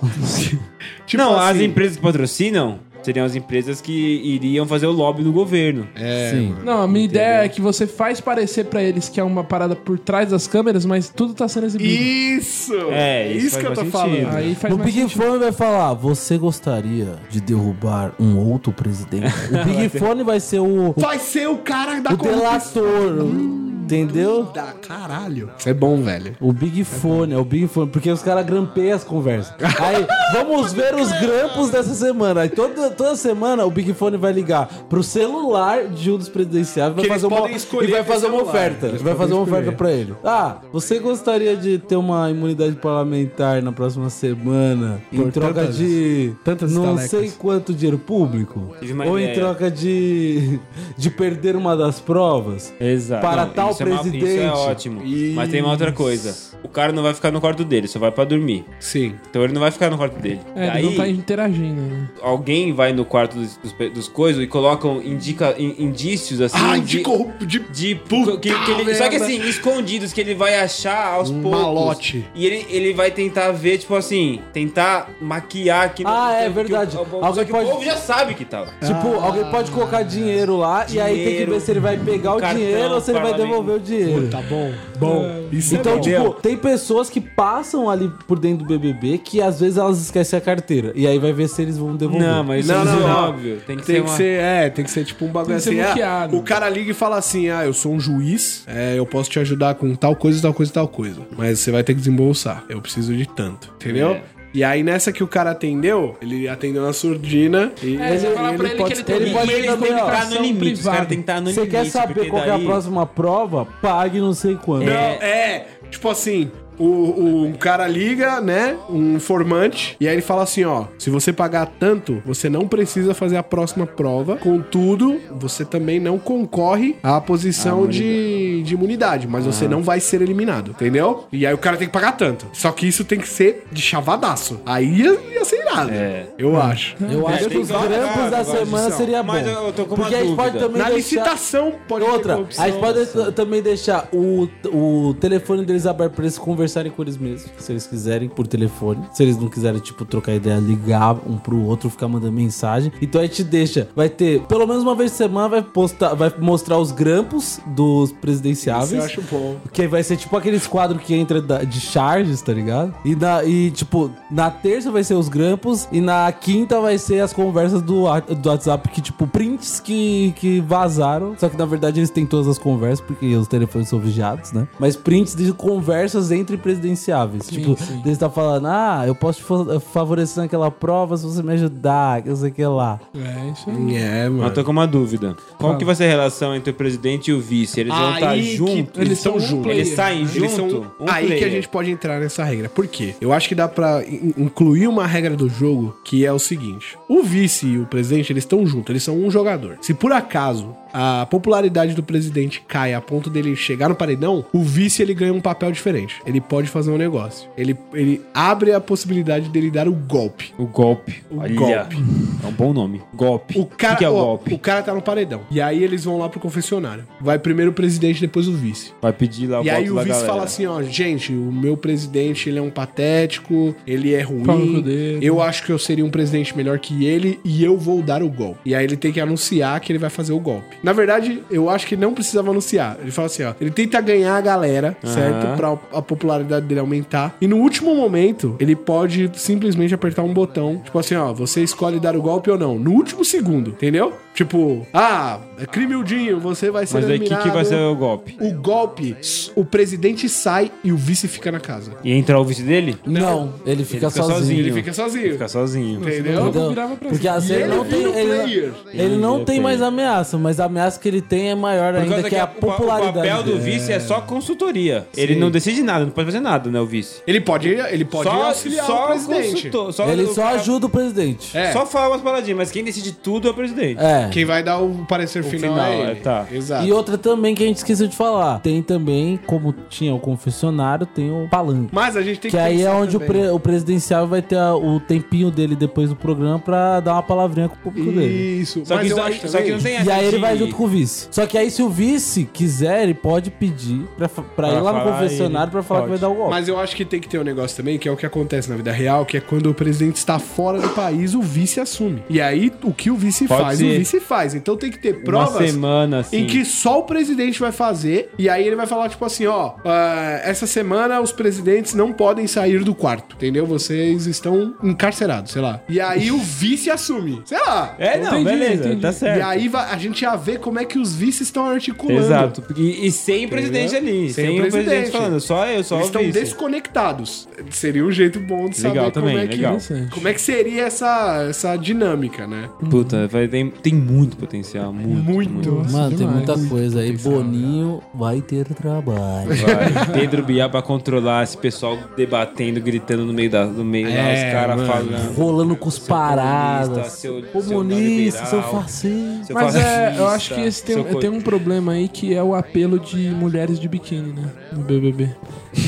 [SPEAKER 1] tipo
[SPEAKER 3] não, as
[SPEAKER 1] assim,
[SPEAKER 3] empresas que patrocinam seriam as empresas que iriam fazer o lobby do governo.
[SPEAKER 1] É.
[SPEAKER 2] Sim.
[SPEAKER 4] Não, a minha ideia é que você faz parecer pra eles que é uma parada por trás das câmeras, mas tudo tá sendo exibido.
[SPEAKER 1] Isso!
[SPEAKER 3] É, isso
[SPEAKER 1] que eu
[SPEAKER 3] faz
[SPEAKER 1] tô
[SPEAKER 3] mais
[SPEAKER 1] falando.
[SPEAKER 3] sentido.
[SPEAKER 4] Aí faz
[SPEAKER 2] No
[SPEAKER 4] mais
[SPEAKER 2] Big
[SPEAKER 4] sentido.
[SPEAKER 2] Fone vai falar: Você gostaria de derrubar um outro presidente? O Big Fone vai ser o,
[SPEAKER 1] Vai ser o cara da
[SPEAKER 2] o delator. Entendeu?
[SPEAKER 1] Da caralho. Isso é bom, velho.
[SPEAKER 2] O Big Fone, é o Big Fone, porque os caras grampeiam as conversas. Aí, vamos ver os grampos dessa semana. Aí, toda, toda semana, o Big Fone vai ligar pro celular de um dos presidenciáveis vai
[SPEAKER 1] Que eles
[SPEAKER 2] fazer uma,
[SPEAKER 1] podem escolher
[SPEAKER 2] e vai fazer
[SPEAKER 1] aquele
[SPEAKER 2] uma
[SPEAKER 1] celular.
[SPEAKER 2] oferta. Vai fazer uma oferta pra ele. Ah, você gostaria de ter uma imunidade parlamentar na próxima semana em
[SPEAKER 1] Por
[SPEAKER 2] troca
[SPEAKER 1] tantas-
[SPEAKER 2] de
[SPEAKER 1] tantas
[SPEAKER 2] não
[SPEAKER 1] estalecas.
[SPEAKER 2] sei quanto dinheiro público?
[SPEAKER 3] Tive uma
[SPEAKER 2] Ou em
[SPEAKER 3] ideia.
[SPEAKER 2] troca de, de perder uma das provas?
[SPEAKER 3] Exato.
[SPEAKER 2] Para tal
[SPEAKER 3] isso é uma-
[SPEAKER 2] presidente.
[SPEAKER 3] isso é ótimo. Mas tem uma outra coisa. O cara não vai ficar no quarto dele, só vai pra dormir.
[SPEAKER 1] Sim.
[SPEAKER 3] Então ele não vai ficar no quarto dele.
[SPEAKER 4] É, ele
[SPEAKER 3] Daí,
[SPEAKER 4] não tá interagindo, né?
[SPEAKER 3] alguém vai no quarto dos, dos, pe- dos coisas e colocam indica, in- indícios assim.
[SPEAKER 1] Ai,
[SPEAKER 3] de,
[SPEAKER 1] de corrupto. De...
[SPEAKER 3] de puta que, que ele, Só que
[SPEAKER 1] merda.
[SPEAKER 3] assim, escondidos, que ele vai achar aos
[SPEAKER 1] Um
[SPEAKER 3] poucos.
[SPEAKER 1] malote.
[SPEAKER 3] E ele, ele vai tentar ver, tipo assim, tentar maquiar que
[SPEAKER 2] Ah, é
[SPEAKER 3] que o-
[SPEAKER 2] verdade.
[SPEAKER 3] só
[SPEAKER 2] Alguém
[SPEAKER 3] que
[SPEAKER 2] pode-
[SPEAKER 3] o povo já sabe que tá tava.
[SPEAKER 2] Tipo, alguém pode colocar dinheiro lá e aí tem que
[SPEAKER 3] Ah. Dinheiro,
[SPEAKER 2] ver se ele vai pegar o
[SPEAKER 3] cartão,
[SPEAKER 2] dinheiro ou se ele vai
[SPEAKER 3] parlamento.
[SPEAKER 2] devolver o dinheiro.
[SPEAKER 1] Tá bom. Bom. Isso
[SPEAKER 2] Então,
[SPEAKER 1] é bom.
[SPEAKER 2] tipo, tem pessoas que passam ali por dentro do BBB que às vezes elas esquecem a carteira. E aí vai ver se eles vão devolver.
[SPEAKER 3] Não, mas isso
[SPEAKER 1] Não,
[SPEAKER 3] é
[SPEAKER 1] não, não.
[SPEAKER 3] óbvio. Tem que
[SPEAKER 1] Tem
[SPEAKER 3] ser
[SPEAKER 1] que
[SPEAKER 3] uma-
[SPEAKER 1] ser, é, tem que ser tipo um bagulho
[SPEAKER 4] Tem
[SPEAKER 1] assim.
[SPEAKER 4] que ser
[SPEAKER 1] ah,
[SPEAKER 4] bloqueado.
[SPEAKER 1] o cara liga e fala assim: ah, eu sou um juiz, é, eu posso te ajudar com tal coisa, tal coisa, tal coisa. Mas você vai ter que desembolsar. Eu preciso de tanto. Entendeu?
[SPEAKER 3] É.
[SPEAKER 1] E aí, nessa que o cara atendeu, ele atendeu na surdina e.
[SPEAKER 4] É, você fala pra ele que ele tem
[SPEAKER 2] ele
[SPEAKER 4] um
[SPEAKER 2] pode
[SPEAKER 3] E
[SPEAKER 4] meio
[SPEAKER 3] eles
[SPEAKER 4] de
[SPEAKER 3] têm que estar
[SPEAKER 4] comunicação
[SPEAKER 3] no limite. Os
[SPEAKER 4] privada.
[SPEAKER 3] caras têm que estar no
[SPEAKER 2] Você
[SPEAKER 3] limite.
[SPEAKER 2] quer saber
[SPEAKER 3] porque
[SPEAKER 2] qual que é a
[SPEAKER 3] daí-
[SPEAKER 2] próxima prova? Pague não sei quanto.
[SPEAKER 3] É.
[SPEAKER 1] É, tipo assim, o, o- um cara liga, né? Um informante, e aí ele fala assim: ó, se você pagar tanto, você não precisa fazer a próxima prova. Contudo, você também não concorre à posição de, de Ah, imunidade, mas você não vai ser eliminado, entendeu? E aí o cara tem que pagar tanto. Só que isso tem que ser de chavadaço. Aí ia, ia ser irado. Eu acho.
[SPEAKER 2] Eu acho
[SPEAKER 3] tem
[SPEAKER 2] que os
[SPEAKER 3] vários
[SPEAKER 2] grampos
[SPEAKER 3] casos,
[SPEAKER 2] da
[SPEAKER 3] vários
[SPEAKER 2] semana
[SPEAKER 1] são.
[SPEAKER 2] seria bom.
[SPEAKER 3] Mas eu tô com uma
[SPEAKER 2] Porque a gente pode
[SPEAKER 3] dúvida.
[SPEAKER 2] também
[SPEAKER 1] Na
[SPEAKER 2] deixar-
[SPEAKER 1] licitação pode ter
[SPEAKER 2] Outra,
[SPEAKER 1] corrupção.
[SPEAKER 2] a gente pode t- também deixar o, o telefone deles aberto pra eles conversarem com eles mesmos, se eles quiserem, por telefone. Se eles não quiserem, tipo, trocar ideia, ligar um pro outro, ficar mandando mensagem. Então a gente deixa, vai ter, pelo menos uma vez por semana, vai, postar, vai mostrar os grampos dos presidenciáveis.
[SPEAKER 1] Isso eu acho bom.
[SPEAKER 2] Que vai ser tipo aqueles quadros que entra da- de charges, tá ligado? E, na, e, tipo, na terça vai ser os grampos e na quinta vai ser as conversas do, wa- do WhatsApp que, tipo, prints que, que vazaram. Só que na verdade eles têm todas as conversas, porque os telefones são vigiados, né? Mas prints de conversas entre presidenciáveis. tipo,
[SPEAKER 4] sim.
[SPEAKER 2] eles tá falando, ah, eu posso te fa- favorecer naquela prova se você me ajudar, que não sei o que lá.
[SPEAKER 4] É, isso aí.
[SPEAKER 1] É, mano.
[SPEAKER 3] Mas tô com uma dúvida. Qual que vai ser a relação entre o presidente e o vice? Eles vão
[SPEAKER 1] Aí
[SPEAKER 3] estar
[SPEAKER 1] que-
[SPEAKER 3] juntos?
[SPEAKER 1] eles são
[SPEAKER 4] um
[SPEAKER 1] juntos.
[SPEAKER 4] player.
[SPEAKER 3] Eles saem
[SPEAKER 1] Eles um-
[SPEAKER 3] juntos?
[SPEAKER 1] são aí que a gente pode entrar nessa regra. Por quê? Eu acho que dá pra in- incluir uma regra do jogo, que é o seguinte: o vice e o presidente, eles estão juntos, eles são um jogador. Se por acaso a popularidade do presidente cai a ponto dele chegar no paredão, o vice ele ganha um papel diferente. Ele pode fazer um negócio. Ele, ele abre a possibilidade dele dar o golpe.
[SPEAKER 3] O golpe.
[SPEAKER 1] O
[SPEAKER 3] Olha,
[SPEAKER 1] golpe.
[SPEAKER 3] É um bom nome. Golpe.
[SPEAKER 1] O cara,
[SPEAKER 3] que, que é o
[SPEAKER 1] ó,
[SPEAKER 3] golpe?
[SPEAKER 1] o cara tá no paredão. E aí eles vão lá pro confessionário. Vai primeiro o presidente, depois o vice.
[SPEAKER 3] Vai pedir lá o
[SPEAKER 1] E aí
[SPEAKER 3] voto
[SPEAKER 1] o
[SPEAKER 3] da
[SPEAKER 1] vice
[SPEAKER 3] galera.
[SPEAKER 1] fala assim, ó, gente, o meu presidente, ele é um patético, ele é ruim.
[SPEAKER 4] Pau no dedo.
[SPEAKER 1] Eu acho que eu seria um presidente melhor que ele e eu vou dar o golpe. E aí ele tem que anunciar que ele vai fazer o golpe. Na verdade, eu acho que não precisava anunciar. Ele fala assim, ó, ele tenta ganhar a galera, certo? Pra a popularidade dele aumentar. E no último momento, ele pode simplesmente apertar um botão, tipo assim, ó, você escolhe dar o golpe ou não, no último segundo, entendeu? Tipo, ah, é crimiudinho, você vai ser
[SPEAKER 3] Mas aí o que, que vai
[SPEAKER 1] eliminado.
[SPEAKER 3] ser o golpe?
[SPEAKER 1] O golpe, o presidente sai e o vice fica na casa.
[SPEAKER 3] E entrar o vice dele?
[SPEAKER 2] Não, ele fica, sozinho.
[SPEAKER 1] Ele fica sozinho.
[SPEAKER 3] Fica sozinho.
[SPEAKER 1] Entendeu?
[SPEAKER 2] Entendeu?
[SPEAKER 4] virava pra
[SPEAKER 2] Porque assim,
[SPEAKER 1] E
[SPEAKER 2] ele,
[SPEAKER 1] ele
[SPEAKER 2] não tem,
[SPEAKER 1] vira um
[SPEAKER 2] ele, não-
[SPEAKER 1] player.
[SPEAKER 2] ele não tem mais ameaça, mas a ameaça que ele tem é maior
[SPEAKER 3] Por
[SPEAKER 2] ainda,
[SPEAKER 3] causa
[SPEAKER 2] que,
[SPEAKER 3] que
[SPEAKER 2] é a
[SPEAKER 3] a- o pa-
[SPEAKER 2] popularidade.
[SPEAKER 3] o papel do
[SPEAKER 2] dele.
[SPEAKER 3] vice é só consultoria. Ele não decide nada, não pode fazer nada, né, o vice.
[SPEAKER 1] Ele pode, ele pode
[SPEAKER 3] só
[SPEAKER 1] auxiliar o presidente.
[SPEAKER 3] consultor,
[SPEAKER 2] Ele
[SPEAKER 3] o
[SPEAKER 2] só
[SPEAKER 3] cara-
[SPEAKER 2] ajuda o presidente.
[SPEAKER 1] É.
[SPEAKER 3] Só fala umas paradinhas, mas quem decide tudo é o presidente.
[SPEAKER 2] É.
[SPEAKER 1] Quem vai dar o parecer final,
[SPEAKER 3] final,
[SPEAKER 1] é ele.
[SPEAKER 3] é, tá.
[SPEAKER 1] Exato.
[SPEAKER 2] E outra também que a gente esqueceu de falar. Tem também, como tinha o confessionário, tem o palanque.
[SPEAKER 1] Mas a gente tem
[SPEAKER 2] Que aí é
[SPEAKER 1] pensar
[SPEAKER 2] onde o,
[SPEAKER 1] também.
[SPEAKER 2] pre- o presidencial vai ter a- o tempinho dele depois do programa pra dar uma palavrinha com o público é dele.
[SPEAKER 1] Isso.
[SPEAKER 3] Só,
[SPEAKER 1] mas
[SPEAKER 3] que,
[SPEAKER 1] eu
[SPEAKER 3] só,
[SPEAKER 1] acho
[SPEAKER 3] só que não
[SPEAKER 1] também-
[SPEAKER 3] tem
[SPEAKER 2] E aí ele
[SPEAKER 3] de-
[SPEAKER 2] vai junto com o vice. Só que aí se o vice quiser, ele pode pedir pra, fa- pra
[SPEAKER 3] Pra
[SPEAKER 2] ir lá no
[SPEAKER 3] falar,
[SPEAKER 2] confessionário
[SPEAKER 3] ele
[SPEAKER 2] pra falar
[SPEAKER 3] pode.
[SPEAKER 2] que vai dar um o golpe.
[SPEAKER 1] Mas eu acho que tem que ter um negócio também, que é o que acontece na vida real, que é quando o presidente está fora do país, o vice assume. E aí, o que o vice
[SPEAKER 3] Pode
[SPEAKER 1] faz, o
[SPEAKER 3] ser.
[SPEAKER 1] vice faz. Então tem que ter
[SPEAKER 3] Uma
[SPEAKER 1] provas
[SPEAKER 3] semana, assim.
[SPEAKER 1] Em que só o presidente vai fazer, e aí ele vai falar, tipo assim, ó, ah, essa semana os presidentes não podem sair do quarto, entendeu? Vocês estão encarcerados, sei lá. E aí o vice assume, sei lá.
[SPEAKER 3] É, não,
[SPEAKER 4] Entendi,
[SPEAKER 3] beleza,
[SPEAKER 4] entendi.
[SPEAKER 3] tá certo.
[SPEAKER 1] E aí vai- a gente ia ver como é que os vices estão articulando.
[SPEAKER 3] Exato. E, e sem o presidente ali.
[SPEAKER 1] Sem
[SPEAKER 3] Sem,
[SPEAKER 1] o
[SPEAKER 3] o presidente.
[SPEAKER 1] presidente.
[SPEAKER 3] falando, só eu, só
[SPEAKER 1] Eles
[SPEAKER 3] o
[SPEAKER 1] estão
[SPEAKER 3] vice.
[SPEAKER 1] desconectados. Seria um jeito bom de saber
[SPEAKER 3] Legal também,
[SPEAKER 1] como é
[SPEAKER 3] legal.
[SPEAKER 1] que...
[SPEAKER 4] Interessante.
[SPEAKER 1] Como é que seria essa, essa dinâmica, né?
[SPEAKER 3] Puta, vai- tem, tem muito potencial.
[SPEAKER 4] é
[SPEAKER 3] Muito. muito.
[SPEAKER 4] Nossa,
[SPEAKER 2] Mano, tem
[SPEAKER 4] demais.
[SPEAKER 2] muita coisa aí. Boninho vai ter trabalho.
[SPEAKER 3] Vai. Pedro Biá pra controlar esse pessoal debatendo, gritando no meio da, no meio lá,
[SPEAKER 1] É,
[SPEAKER 3] os caras
[SPEAKER 1] mano.
[SPEAKER 3] falando.
[SPEAKER 2] Rolando com os
[SPEAKER 3] comunista,
[SPEAKER 2] paradas.
[SPEAKER 3] seu- seu
[SPEAKER 2] Comunista, seu
[SPEAKER 3] liberal.
[SPEAKER 2] fascista.
[SPEAKER 3] Seu
[SPEAKER 4] Mas é, eu
[SPEAKER 3] fascista,
[SPEAKER 4] acho que esse tem,
[SPEAKER 3] tá, seu co-
[SPEAKER 4] tem um problema aí que é o apelo de mulheres de biquíni, né? No BBB.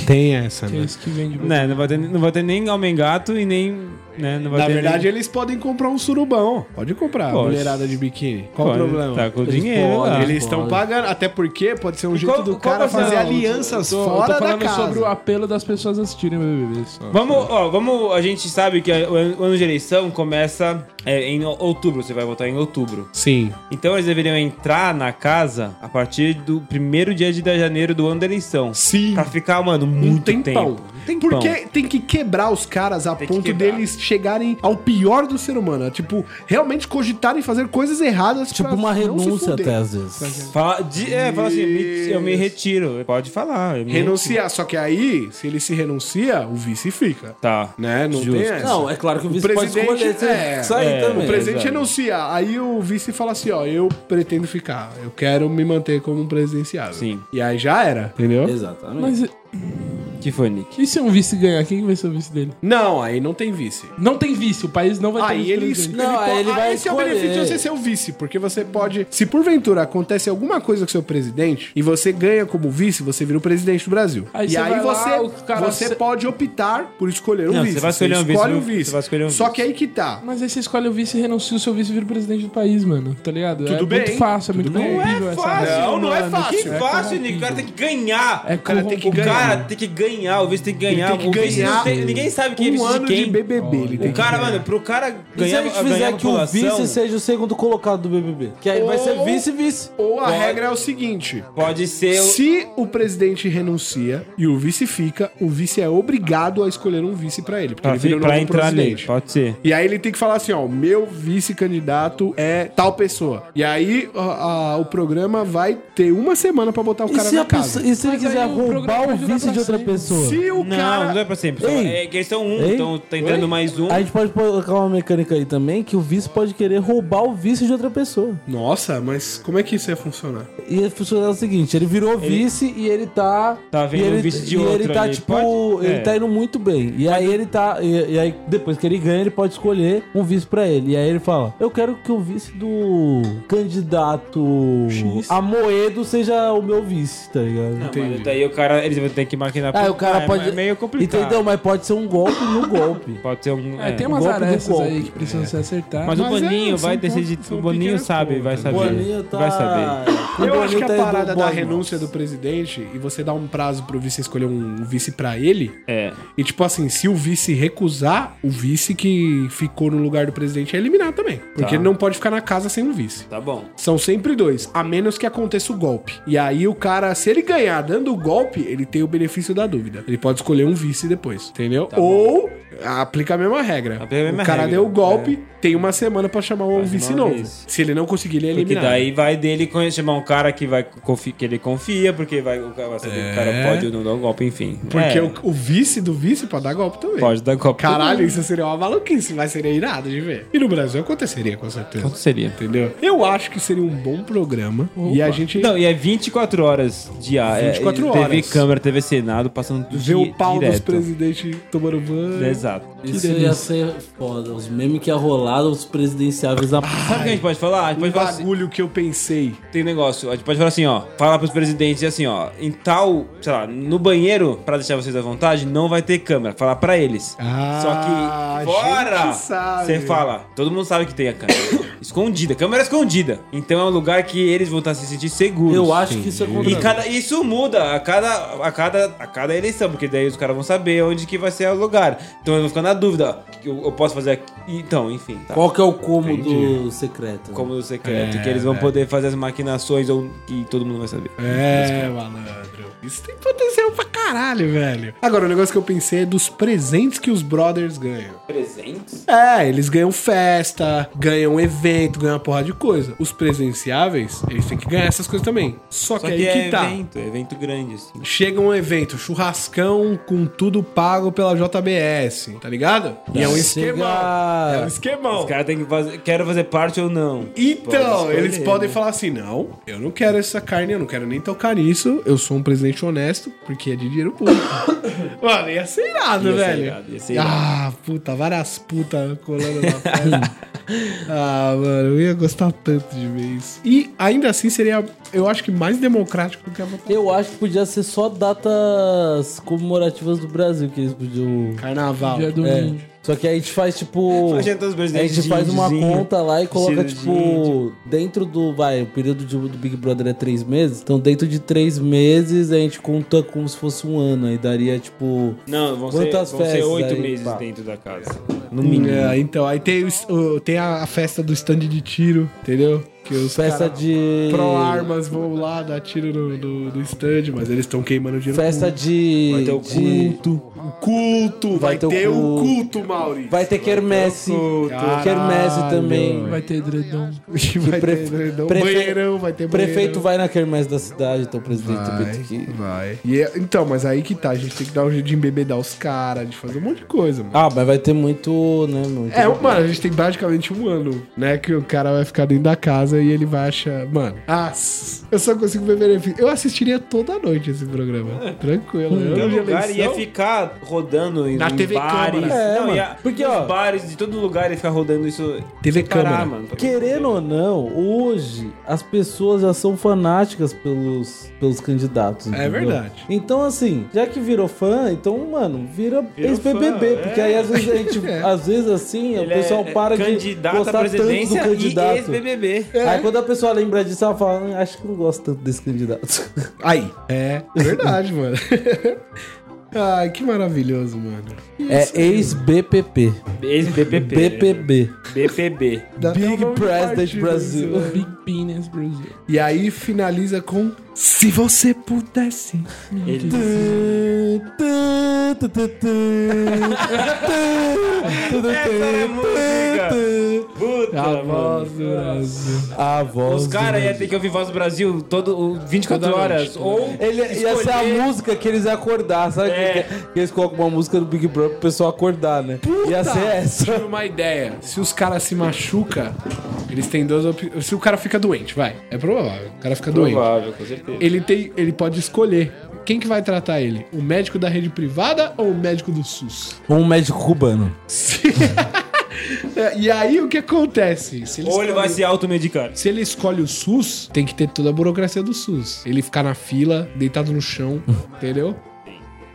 [SPEAKER 1] Tem essa,
[SPEAKER 4] Que é isso que vende.
[SPEAKER 3] Né, não vai ter, não vai ter nem homem gato e nem. Né, não vai
[SPEAKER 1] Na
[SPEAKER 3] ter
[SPEAKER 1] verdade,
[SPEAKER 3] nem...
[SPEAKER 1] eles podem comprar um surubão. Pode comprar,
[SPEAKER 3] Pode.
[SPEAKER 1] mulherada de biquíni. Qual
[SPEAKER 3] Pode,
[SPEAKER 1] o problema?
[SPEAKER 3] Tá com
[SPEAKER 2] Eles
[SPEAKER 3] dinheiro.
[SPEAKER 2] podem,
[SPEAKER 3] lá.
[SPEAKER 1] Eles estão
[SPEAKER 2] Olha.
[SPEAKER 1] pagando, até porque pode ser um jeito
[SPEAKER 3] qual-
[SPEAKER 1] do
[SPEAKER 3] qual
[SPEAKER 1] cara
[SPEAKER 3] vai ser
[SPEAKER 1] fazer
[SPEAKER 3] a-
[SPEAKER 1] alianças
[SPEAKER 4] Eu tô
[SPEAKER 1] fora da
[SPEAKER 4] falando
[SPEAKER 1] casa.
[SPEAKER 4] sobre o apelo das pessoas assistirem o BBB. Só.
[SPEAKER 3] Vamos, ó, vamos. A gente sabe que a- o ano o ano de eleição começa é, em outubro, você vai votar em outubro.
[SPEAKER 1] Sim.
[SPEAKER 3] Então eles deveriam entrar na casa a partir do primeiro dia de janeiro do ano da eleição.
[SPEAKER 1] Sim.
[SPEAKER 3] Pra ficar, mano,
[SPEAKER 1] Um
[SPEAKER 3] muito
[SPEAKER 1] tempão.
[SPEAKER 3] tempo.
[SPEAKER 1] Porque tem que quebrar os caras a
[SPEAKER 3] Tem que
[SPEAKER 1] ponto
[SPEAKER 3] quebrar.
[SPEAKER 1] deles chegarem ao pior do ser humano. Tipo, realmente cogitarem fazer coisas erradas.
[SPEAKER 2] Tipo
[SPEAKER 1] pra
[SPEAKER 2] uma
[SPEAKER 1] não se
[SPEAKER 2] renúncia
[SPEAKER 1] fuder.
[SPEAKER 2] até às vezes.
[SPEAKER 3] Fala, de- é, fala assim, me- eu me retiro. Pode falar. eu me
[SPEAKER 1] Renunciar. Só que aí, se ele se renuncia, o vice fica.
[SPEAKER 3] retiro. Tá.
[SPEAKER 1] Né? Não
[SPEAKER 3] Justo.
[SPEAKER 1] tem essa.
[SPEAKER 2] Não, é claro que o vice pode
[SPEAKER 1] presidente-
[SPEAKER 2] escolher se-
[SPEAKER 1] é,
[SPEAKER 2] sair
[SPEAKER 3] é,
[SPEAKER 2] também.
[SPEAKER 1] O presidente
[SPEAKER 3] exato.
[SPEAKER 1] renuncia, aí o vice fala assim, ó, eu pretendo ficar, eu quero me manter como um presidenciável.
[SPEAKER 3] Sim.
[SPEAKER 1] E aí já era, entendeu?
[SPEAKER 2] Exatamente.
[SPEAKER 4] Mas
[SPEAKER 3] Que foi, Nick?
[SPEAKER 4] e se um vice ganhar? Quem que vai ser o vice dele?
[SPEAKER 1] Não, aí não tem vice.
[SPEAKER 4] Não tem vice, o país não vai ter
[SPEAKER 1] Aí
[SPEAKER 4] vice
[SPEAKER 1] ele,
[SPEAKER 4] presidente.
[SPEAKER 2] Não,
[SPEAKER 1] po-
[SPEAKER 2] aí ele vai
[SPEAKER 1] esse é o
[SPEAKER 2] escolher.
[SPEAKER 1] benefício de você ser o vice, porque você pode, se porventura acontece alguma coisa com seu presidente e você ganha como vice, você vira o presidente do Brasil.
[SPEAKER 4] Aí
[SPEAKER 1] e
[SPEAKER 4] você
[SPEAKER 1] aí
[SPEAKER 4] vai lá,
[SPEAKER 1] você,
[SPEAKER 4] o cara-
[SPEAKER 1] você pode optar por escolher um
[SPEAKER 3] Não, você
[SPEAKER 1] vice.
[SPEAKER 3] vai escolher um vice,
[SPEAKER 1] escolhe
[SPEAKER 3] viu?
[SPEAKER 1] um vice.
[SPEAKER 3] Você vai escolher um
[SPEAKER 1] Só
[SPEAKER 3] vice.
[SPEAKER 1] que aí que tá.
[SPEAKER 4] Mas aí você escolhe o vice e renuncia o seu vice e vira o presidente do país, mano. Tá ligado?
[SPEAKER 1] Tudo
[SPEAKER 4] é
[SPEAKER 1] bem,
[SPEAKER 4] muito fácil, é muito
[SPEAKER 1] tudo bem.
[SPEAKER 4] corrompível essa
[SPEAKER 1] Não,
[SPEAKER 4] merda.
[SPEAKER 1] não é
[SPEAKER 4] mano,
[SPEAKER 1] fácil.
[SPEAKER 4] que
[SPEAKER 3] Que fácil, Nick. O cara tem que ganhar.
[SPEAKER 4] É
[SPEAKER 1] O cara tem que
[SPEAKER 3] O
[SPEAKER 4] corrompido.
[SPEAKER 1] ganhar.
[SPEAKER 3] cara tem que ganhar, o vice tem que ganhar.
[SPEAKER 1] Ele tem que
[SPEAKER 3] o vice não
[SPEAKER 1] ganhar
[SPEAKER 3] tem- ninguém sabe quem é
[SPEAKER 1] um
[SPEAKER 3] vice
[SPEAKER 1] ano
[SPEAKER 3] de quem.
[SPEAKER 1] de BBB, ele tem
[SPEAKER 3] O
[SPEAKER 1] que
[SPEAKER 3] cara,
[SPEAKER 1] ganhar.
[SPEAKER 3] mano, pro cara
[SPEAKER 2] E se
[SPEAKER 3] ganhar,
[SPEAKER 2] a gente fizer
[SPEAKER 3] ganhar
[SPEAKER 2] que o
[SPEAKER 3] população,
[SPEAKER 2] vice seja o segundo colocado do BBB? Que aí vai ser
[SPEAKER 1] Ou-
[SPEAKER 2] vice-vice.
[SPEAKER 1] Ou a
[SPEAKER 3] Pode.
[SPEAKER 1] regra é o seguinte:
[SPEAKER 3] pode ser o-
[SPEAKER 1] Se o presidente renuncia e o vice fica, o vice é obrigado a escolher um vice pra ele, porque
[SPEAKER 3] pra,
[SPEAKER 1] ele vira o novo
[SPEAKER 3] pra entrar ali.
[SPEAKER 1] presidente.
[SPEAKER 3] Pode ser.
[SPEAKER 1] E aí ele tem que falar assim, ó, o meu vice-candidato é tal pessoa. E aí a- a- o programa vai ter uma semana pra botar o
[SPEAKER 2] E
[SPEAKER 1] cara
[SPEAKER 2] se,
[SPEAKER 1] na
[SPEAKER 2] a
[SPEAKER 1] casa.
[SPEAKER 2] pessoa- e se ele
[SPEAKER 4] Mas aí
[SPEAKER 2] quiser
[SPEAKER 4] o programa
[SPEAKER 2] roubar o
[SPEAKER 4] vai durar
[SPEAKER 2] vice
[SPEAKER 4] pra
[SPEAKER 2] de outra
[SPEAKER 4] sempre.
[SPEAKER 2] pessoa.
[SPEAKER 1] Se o
[SPEAKER 3] Não,
[SPEAKER 1] cara.
[SPEAKER 3] não é pra sempre.
[SPEAKER 2] Ei.
[SPEAKER 3] É que eles são um,
[SPEAKER 2] Ei.
[SPEAKER 3] então tá entrando
[SPEAKER 2] Oi?
[SPEAKER 3] mais um.
[SPEAKER 2] A gente pode colocar uma mecânica aí também que o vice pode querer roubar o vice de outra pessoa.
[SPEAKER 1] Nossa, mas como é que isso ia funcionar?
[SPEAKER 2] E ia funcionar é o seguinte, ele virou vice e ele tá...
[SPEAKER 3] Tá vendo
[SPEAKER 2] e ele,
[SPEAKER 3] o vice de
[SPEAKER 2] e
[SPEAKER 3] outro
[SPEAKER 2] ele tá,
[SPEAKER 3] ali,
[SPEAKER 2] tipo,
[SPEAKER 3] pode?
[SPEAKER 2] ele
[SPEAKER 3] É.
[SPEAKER 2] tá indo muito bem. E aí ele tá... E, e aí, depois que ele ganha, ele pode escolher um vice pra ele. E aí ele fala, eu quero que o vice do candidato Amoedo seja o meu vice, tá ligado?
[SPEAKER 3] Não, mas daí o cara, eles vão ter que maquinar.
[SPEAKER 2] Ah, o cara
[SPEAKER 3] é,
[SPEAKER 2] pode...
[SPEAKER 3] É meio complicado.
[SPEAKER 2] Entendeu? Mas pode ser um golpe no golpe.
[SPEAKER 3] Pode ser um.
[SPEAKER 4] É,
[SPEAKER 3] é.
[SPEAKER 4] tem umas
[SPEAKER 2] golpe do
[SPEAKER 4] arestas
[SPEAKER 2] golpe.
[SPEAKER 4] aí que precisam ser acertadas.
[SPEAKER 3] Mas, o
[SPEAKER 1] Mas é,
[SPEAKER 3] Boninho
[SPEAKER 1] são
[SPEAKER 3] vai
[SPEAKER 1] pontos-
[SPEAKER 3] decidir.
[SPEAKER 1] são
[SPEAKER 3] O Boninho
[SPEAKER 1] pequenas
[SPEAKER 3] sabe, vai
[SPEAKER 1] pontas, né?
[SPEAKER 3] saber.
[SPEAKER 2] Boninho tá...
[SPEAKER 3] Vai saber.
[SPEAKER 2] O
[SPEAKER 1] Eu acho
[SPEAKER 2] Boninho
[SPEAKER 1] que a
[SPEAKER 2] tá indo
[SPEAKER 1] parada da
[SPEAKER 2] boas
[SPEAKER 1] renúncia do presidente e você dar um prazo pro vice escolher um vice pra ele.
[SPEAKER 3] É.
[SPEAKER 1] E tipo assim, se o vice recusar, o vice que ficou no lugar do presidente é eliminado também. Porque
[SPEAKER 3] Tá.
[SPEAKER 1] ele não pode ficar na casa sem um vice.
[SPEAKER 3] Tá bom.
[SPEAKER 1] São sempre dois, a menos que aconteça o golpe. E aí o cara, se ele ganhar dando o golpe, ele tem o benefício da dúvida. Ele pode escolher um vice depois, entendeu? Ou aplica a mesma regra.
[SPEAKER 3] Tá Aplica a mesma
[SPEAKER 1] o cara
[SPEAKER 3] regra,
[SPEAKER 1] deu o golpe, tem uma semana pra chamar um
[SPEAKER 3] Pra
[SPEAKER 1] vice
[SPEAKER 3] chamar um
[SPEAKER 1] novo.
[SPEAKER 3] vice.
[SPEAKER 1] Se ele não conseguir, ele é
[SPEAKER 3] Porque
[SPEAKER 1] eliminado.
[SPEAKER 3] daí vai dele conhe- chamar um cara que, vai confi- que ele confia, porque vai, o cara vai saber que o cara pode ou não dar um golpe, enfim.
[SPEAKER 1] É. Porque
[SPEAKER 3] É,
[SPEAKER 1] o, o vice do vice pode dar golpe também.
[SPEAKER 3] Pode dar golpe.
[SPEAKER 1] Caralho, isso seria uma maluquice, mas seria irado de ver. E no Brasil aconteceria, com certeza.
[SPEAKER 3] seria?
[SPEAKER 1] Entendeu? Eu acho que seria um bom programa. E a gente
[SPEAKER 3] Não, e é 24 horas de ar.
[SPEAKER 1] 24
[SPEAKER 3] é, TV
[SPEAKER 1] horas.
[SPEAKER 3] Câmara, TV Senado, passando tudo
[SPEAKER 1] vê o pau dos
[SPEAKER 3] direto. Né,
[SPEAKER 1] presidentes tomando banho.
[SPEAKER 3] Exato.
[SPEAKER 2] Isso ia ser foda. Os memes que ia rolar, os presidenciáveis da
[SPEAKER 3] Sabe o que a gente pode falar? A gente
[SPEAKER 1] Um
[SPEAKER 3] pode falar assim,
[SPEAKER 1] bagulho que eu pensei.
[SPEAKER 3] tem negócio, a gente pode falar assim, ó, falar pros presidentes assim, ó, em tal, sei lá, no banheiro, pra deixar vocês à vontade, não vai ter câmera, falar pra eles.
[SPEAKER 1] Ah,
[SPEAKER 3] Só que fora,
[SPEAKER 1] gente sabe.
[SPEAKER 3] você fala, todo mundo sabe que tem a câmera. escondida, câmera escondida. Então é um lugar que eles vão estar se sentir seguros.
[SPEAKER 2] Eu acho que isso é
[SPEAKER 3] E
[SPEAKER 2] contra-
[SPEAKER 3] cada, isso muda a cada, a, cada, a cada eleição, porque daí os caras vão saber onde que vai ser o lugar. Então eles vão ficar na dúvida. Eu, eu posso fazer aqui. Então, enfim. Tá.
[SPEAKER 2] Qual que é o cômodo secreto? né?
[SPEAKER 3] Cômodo
[SPEAKER 2] É,
[SPEAKER 3] secreto, que eles vão poder fazer as maquinações ou que todo mundo vai saber.
[SPEAKER 1] É, malandro. Isso tem potencial pra caralho, velho. Agora, o negócio que eu pensei é dos presentes que os brothers ganham.
[SPEAKER 3] Presentes?
[SPEAKER 1] É, eles ganham festa, ganham evento, ganham uma porra de coisa. Os presenciáveis, eles têm que ganhar essas coisas também. Só,
[SPEAKER 3] Só
[SPEAKER 1] que, aí
[SPEAKER 3] que, é
[SPEAKER 1] que tá.
[SPEAKER 3] evento, é evento grande, assim.
[SPEAKER 1] Chega um evento, churrascão com tudo pago pela JBS, tá ligado? E é um esquemão.
[SPEAKER 2] Chega-
[SPEAKER 1] É um esquemão.
[SPEAKER 2] Oh.
[SPEAKER 3] Os caras têm que fazer. Quero fazer parte ou não.
[SPEAKER 1] Então,
[SPEAKER 3] Pode escolher, né?
[SPEAKER 1] eles podem falar assim: não, eu não quero essa carne, eu não quero nem tocar nisso, eu sou um presidente honesto, porque é de dinheiro público. Mano, ia ser irado,
[SPEAKER 3] Ia ser
[SPEAKER 1] velho.
[SPEAKER 3] irado, ia ser irado.
[SPEAKER 1] ah, puta, várias putas colando na festa. ah, mano, eu ia gostar tanto de ver isso. E ainda assim seria, eu acho que mais democrático do que a votação.
[SPEAKER 2] Eu acho que podia ser só datas comemorativas do Brasil que eles podiam.
[SPEAKER 1] Carnaval.
[SPEAKER 4] Dia do
[SPEAKER 2] É.
[SPEAKER 4] índio.
[SPEAKER 2] Só que a gente faz tipo.
[SPEAKER 3] Imagina todos os
[SPEAKER 2] A
[SPEAKER 3] presidentes
[SPEAKER 2] gente faz
[SPEAKER 3] de
[SPEAKER 2] uma
[SPEAKER 3] índizinho,
[SPEAKER 2] conta lá e coloca,
[SPEAKER 3] vestido de
[SPEAKER 2] tipo, dentro do. Vai, o período de- do Big Brother é três meses. Então, dentro de três meses, a gente conta como se fosse um ano. Aí daria, tipo.
[SPEAKER 3] Não, vão ser,
[SPEAKER 2] Quantas
[SPEAKER 3] vão ser
[SPEAKER 2] festas
[SPEAKER 3] oito
[SPEAKER 2] aí,
[SPEAKER 3] meses
[SPEAKER 2] pá?
[SPEAKER 3] dentro da casa.
[SPEAKER 1] No mínimo. É, então, aí tem, os- o- tem a a festa do stand de tiro, entendeu? Que os
[SPEAKER 2] Festa
[SPEAKER 1] cara-
[SPEAKER 2] de.
[SPEAKER 1] Pro armas vão lá dar tiro no, no, no stand, mas eles estão queimando dinheiro.
[SPEAKER 2] Festa de.
[SPEAKER 3] Vai ter o
[SPEAKER 2] de-
[SPEAKER 1] O culto, vai,
[SPEAKER 2] Vai
[SPEAKER 1] ter,
[SPEAKER 2] ter o
[SPEAKER 1] o
[SPEAKER 2] culto.
[SPEAKER 1] culto, Maurício.
[SPEAKER 2] Vai ter quermesse.
[SPEAKER 1] Caralho.
[SPEAKER 2] Quermesse também.
[SPEAKER 4] Vai ter edredom.
[SPEAKER 1] E vai
[SPEAKER 2] Pre-
[SPEAKER 1] ter edredom,
[SPEAKER 2] prefe-
[SPEAKER 1] banheirão, vai ter
[SPEAKER 2] Prefeito
[SPEAKER 1] banheirão.
[SPEAKER 2] vai na quermesse da cidade, então o presidente também tem que.
[SPEAKER 1] Vai. E é- então, mas aí que tá, a gente tem que dar um jeito de embebedar os caras, de fazer um monte de coisa, mano.
[SPEAKER 2] Ah, mas vai ter muito, né, muito.
[SPEAKER 1] É, mano, a gente tem praticamente um ano, né? Que o cara vai ficar dentro da casa e ele vai achar. Mano, ah, eu só consigo ver benefício. Eu assistiria toda noite esse programa. Tranquilo. Eu
[SPEAKER 3] Meu
[SPEAKER 1] não
[SPEAKER 3] lugar ia ficar rodando em,
[SPEAKER 1] Na
[SPEAKER 3] em
[SPEAKER 1] TV
[SPEAKER 3] bares.
[SPEAKER 1] Câmara.
[SPEAKER 2] É, mano.
[SPEAKER 3] ia-
[SPEAKER 2] Porque,
[SPEAKER 3] nos
[SPEAKER 2] ó-
[SPEAKER 3] bares de todo lugar ia ficar rodando isso.
[SPEAKER 1] TV
[SPEAKER 3] sem parar,
[SPEAKER 1] Câmara.
[SPEAKER 3] mano.
[SPEAKER 2] Querendo ou não, hoje as pessoas já são fanáticas pelos, pelos candidatos.
[SPEAKER 1] É
[SPEAKER 2] entendeu?
[SPEAKER 1] verdade.
[SPEAKER 2] Então, assim, já que virou fã, então, mano, vira
[SPEAKER 3] Virou
[SPEAKER 2] ex-BBB.
[SPEAKER 3] fã,
[SPEAKER 2] Porque
[SPEAKER 3] é.
[SPEAKER 2] aí, às vezes, a gente. Às vezes, assim, o
[SPEAKER 3] Ele
[SPEAKER 2] pessoal
[SPEAKER 3] é
[SPEAKER 2] para de
[SPEAKER 3] candidato à
[SPEAKER 2] gostar tanto do
[SPEAKER 3] presidência e
[SPEAKER 2] candidato.
[SPEAKER 3] ex-BBB.
[SPEAKER 2] Aí, quando a pessoa lembra disso, ela fala: "Ah, Acho que não gosto tanto desse candidato.
[SPEAKER 1] Aí. É, verdade, mano. Ai, que maravilhoso, mano.
[SPEAKER 2] É ex-BPP.
[SPEAKER 3] Ex-BPB.
[SPEAKER 2] BPB.
[SPEAKER 3] BPB.
[SPEAKER 1] Dá até o
[SPEAKER 2] Big
[SPEAKER 1] nome de
[SPEAKER 2] President
[SPEAKER 1] partido
[SPEAKER 2] Brasil.
[SPEAKER 1] isso, né?
[SPEAKER 4] Big Happiness Brasil.
[SPEAKER 1] E aí finaliza com Se você pudesse.
[SPEAKER 3] Essa era a música. Puta,
[SPEAKER 4] A
[SPEAKER 3] mano.
[SPEAKER 4] voz do Brasil.
[SPEAKER 2] A voz.
[SPEAKER 3] Os caras iam ter que ouvir Voz do Brasil todo, o 24
[SPEAKER 4] Toda
[SPEAKER 3] horas.
[SPEAKER 4] noite.
[SPEAKER 3] Ou
[SPEAKER 2] Ele, ia ser é a
[SPEAKER 3] escolher-
[SPEAKER 2] música que eles iam acordar, sabe?
[SPEAKER 3] É.
[SPEAKER 2] Que, que eles colocam uma música do Big Brother pro pessoal acordar, né? Ia ser essa.
[SPEAKER 1] Tive uma ideia. Se os caras se machucam, eles têm duas opções. Se o cara fica doente, vai. É provável. O cara fica doente.
[SPEAKER 3] Provável, com certeza.
[SPEAKER 1] Ele, tem, ele pode escolher. Quem que vai tratar ele? O médico da rede privada ou o médico do SUS?
[SPEAKER 2] Um médico cubano.
[SPEAKER 1] É, E aí o que acontece? Se ele,
[SPEAKER 3] Ou ele
[SPEAKER 1] escolhe-
[SPEAKER 3] vai se automedicar.
[SPEAKER 1] se ele escolhe o SUS, tem que ter toda a burocracia do SUS. Ele ficar na fila, deitado no chão, entendeu?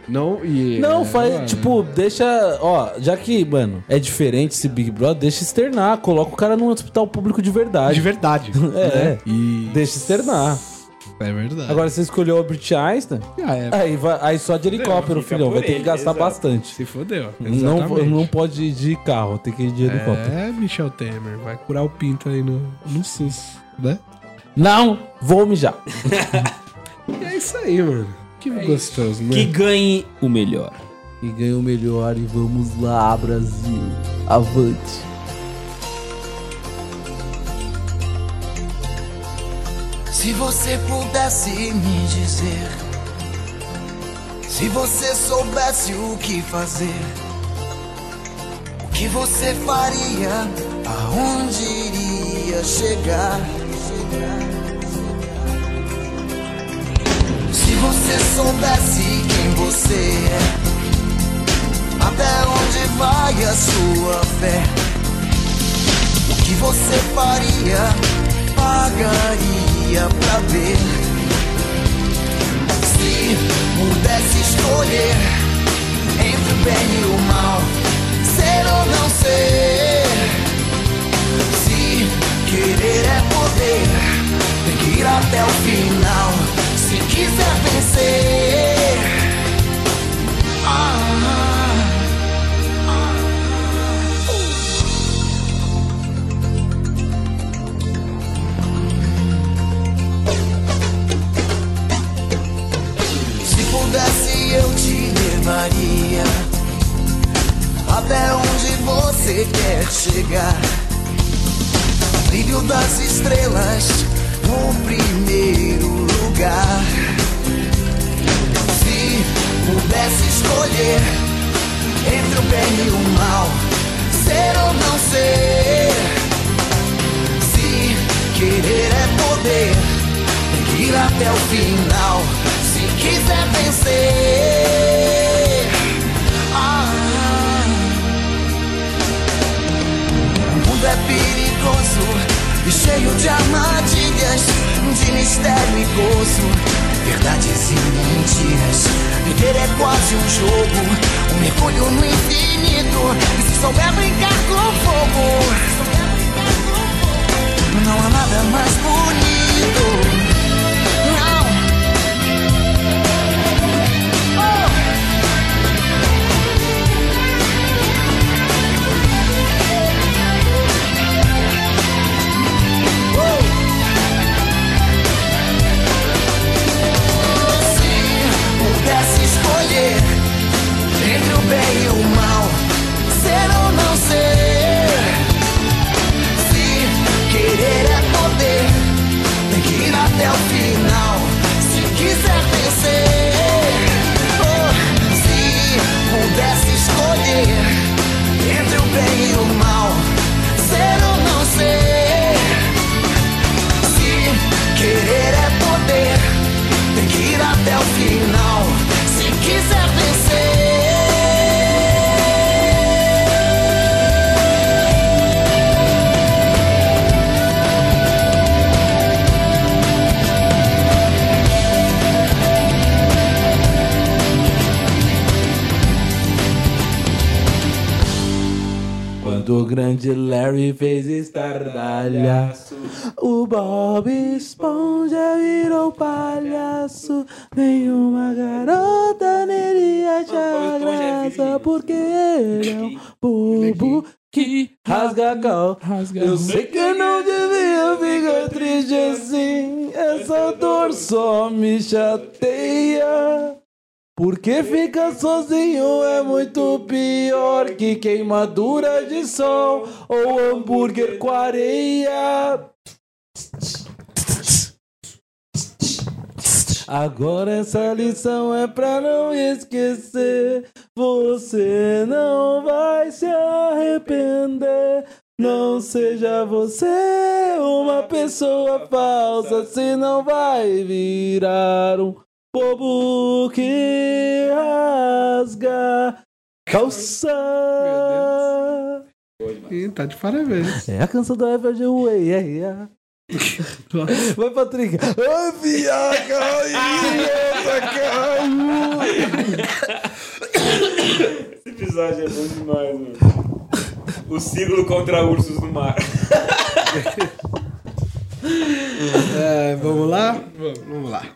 [SPEAKER 1] Não, e.
[SPEAKER 2] Não,
[SPEAKER 1] é,
[SPEAKER 2] faz,
[SPEAKER 1] mano.
[SPEAKER 2] tipo, deixa, ó, já que, mano, é diferente esse Big Brother, deixa externar, coloca o cara num hospital público de
[SPEAKER 1] De
[SPEAKER 2] verdade.
[SPEAKER 1] verdade. né?
[SPEAKER 2] É, é.
[SPEAKER 1] E.
[SPEAKER 2] deixa externar.
[SPEAKER 1] É verdade.
[SPEAKER 2] Agora você escolheu o Albert Einstein,
[SPEAKER 1] Ah, é,
[SPEAKER 2] aí, vai, aí só de helicóptero,
[SPEAKER 3] fica
[SPEAKER 2] filhão,
[SPEAKER 3] por
[SPEAKER 2] vai ter
[SPEAKER 3] ele,
[SPEAKER 2] que gastar
[SPEAKER 3] exato.
[SPEAKER 2] bastante.
[SPEAKER 1] se fodeu.
[SPEAKER 2] Não,
[SPEAKER 1] Exatamente.
[SPEAKER 2] não pode ir de carro, tem que ir de helicóptero.
[SPEAKER 1] É, Michel Temer, vai curar o pinto aí no, no SUS, né?
[SPEAKER 2] Não, vou mijar.
[SPEAKER 1] E é isso aí, mano. Que gostoso, né?
[SPEAKER 3] Que ganhe o melhor.
[SPEAKER 2] E ganhou o melhor e vamos lá, Brasil. Avante.
[SPEAKER 5] Se você pudesse me dizer, se você soubesse o que fazer, o que você faria, aonde iria chegar? Se você soubesse quem você é, até onde vai a sua fé? O que você faria? Pagaria pra ver. Se pudesse escolher entre o bem e o mal, ser ou não ser. Se querer é poder, tem que ir até o final. Se quiser vencer. ah. Se pudesse eu te levaria Até onde você quer chegar Brilho das estrelas No primeiro lugar Se pudesse escolher Entre o bem e o mal Ser ou não ser se querer é poder, tem que ir até o final. Se quiser vencer. Ah. O mundo é perigoso e cheio de armadilhas, de mistério e gozo, verdades e mentiras. Viver é quase um jogo, um mergulho no infinito. E se souber brincar com fogo, se souber brincar com fogo. Não há nada mais bonito. Não. Oh. Oh. Se pudesse escolher entre o bem e o mal, ser ou não ser. Se querer é poder, tem que ir até o final. Se quiser vencer, oh, se pudesse escolher entre o bem e o mal, ser ou não ser. Se querer é poder, tem que ir até o final. Se quiser vencer.
[SPEAKER 2] Quando o grande Larry fez estardalhaço, o Bob Esponja virou palhaço. Nenhuma garota nele acha
[SPEAKER 3] Ah, Bob Esponja é
[SPEAKER 2] graça,
[SPEAKER 3] virgem.
[SPEAKER 2] porque ele é um bobo que rasga cal.
[SPEAKER 4] Rasga.
[SPEAKER 2] Eu sei que eu não devia fico triste assim, essa dor só me chateia. Porque ficar sozinho é muito pior que queimadura de sol ou hambúrguer com areia. Agora essa lição é pra não esquecer. Você não vai se arrepender. Não seja você uma pessoa falsa, senão vai virar um bobo que rasga calça.
[SPEAKER 1] Ih, tá de parabéns.
[SPEAKER 2] É a canção da Eva de Way, é, é. Vai, Patrick. Ai, viaga, ai,
[SPEAKER 3] Esse episódio é bom demais, mano. O siglo contra ursos no mar.
[SPEAKER 1] É, vamos lá? Vamos lá.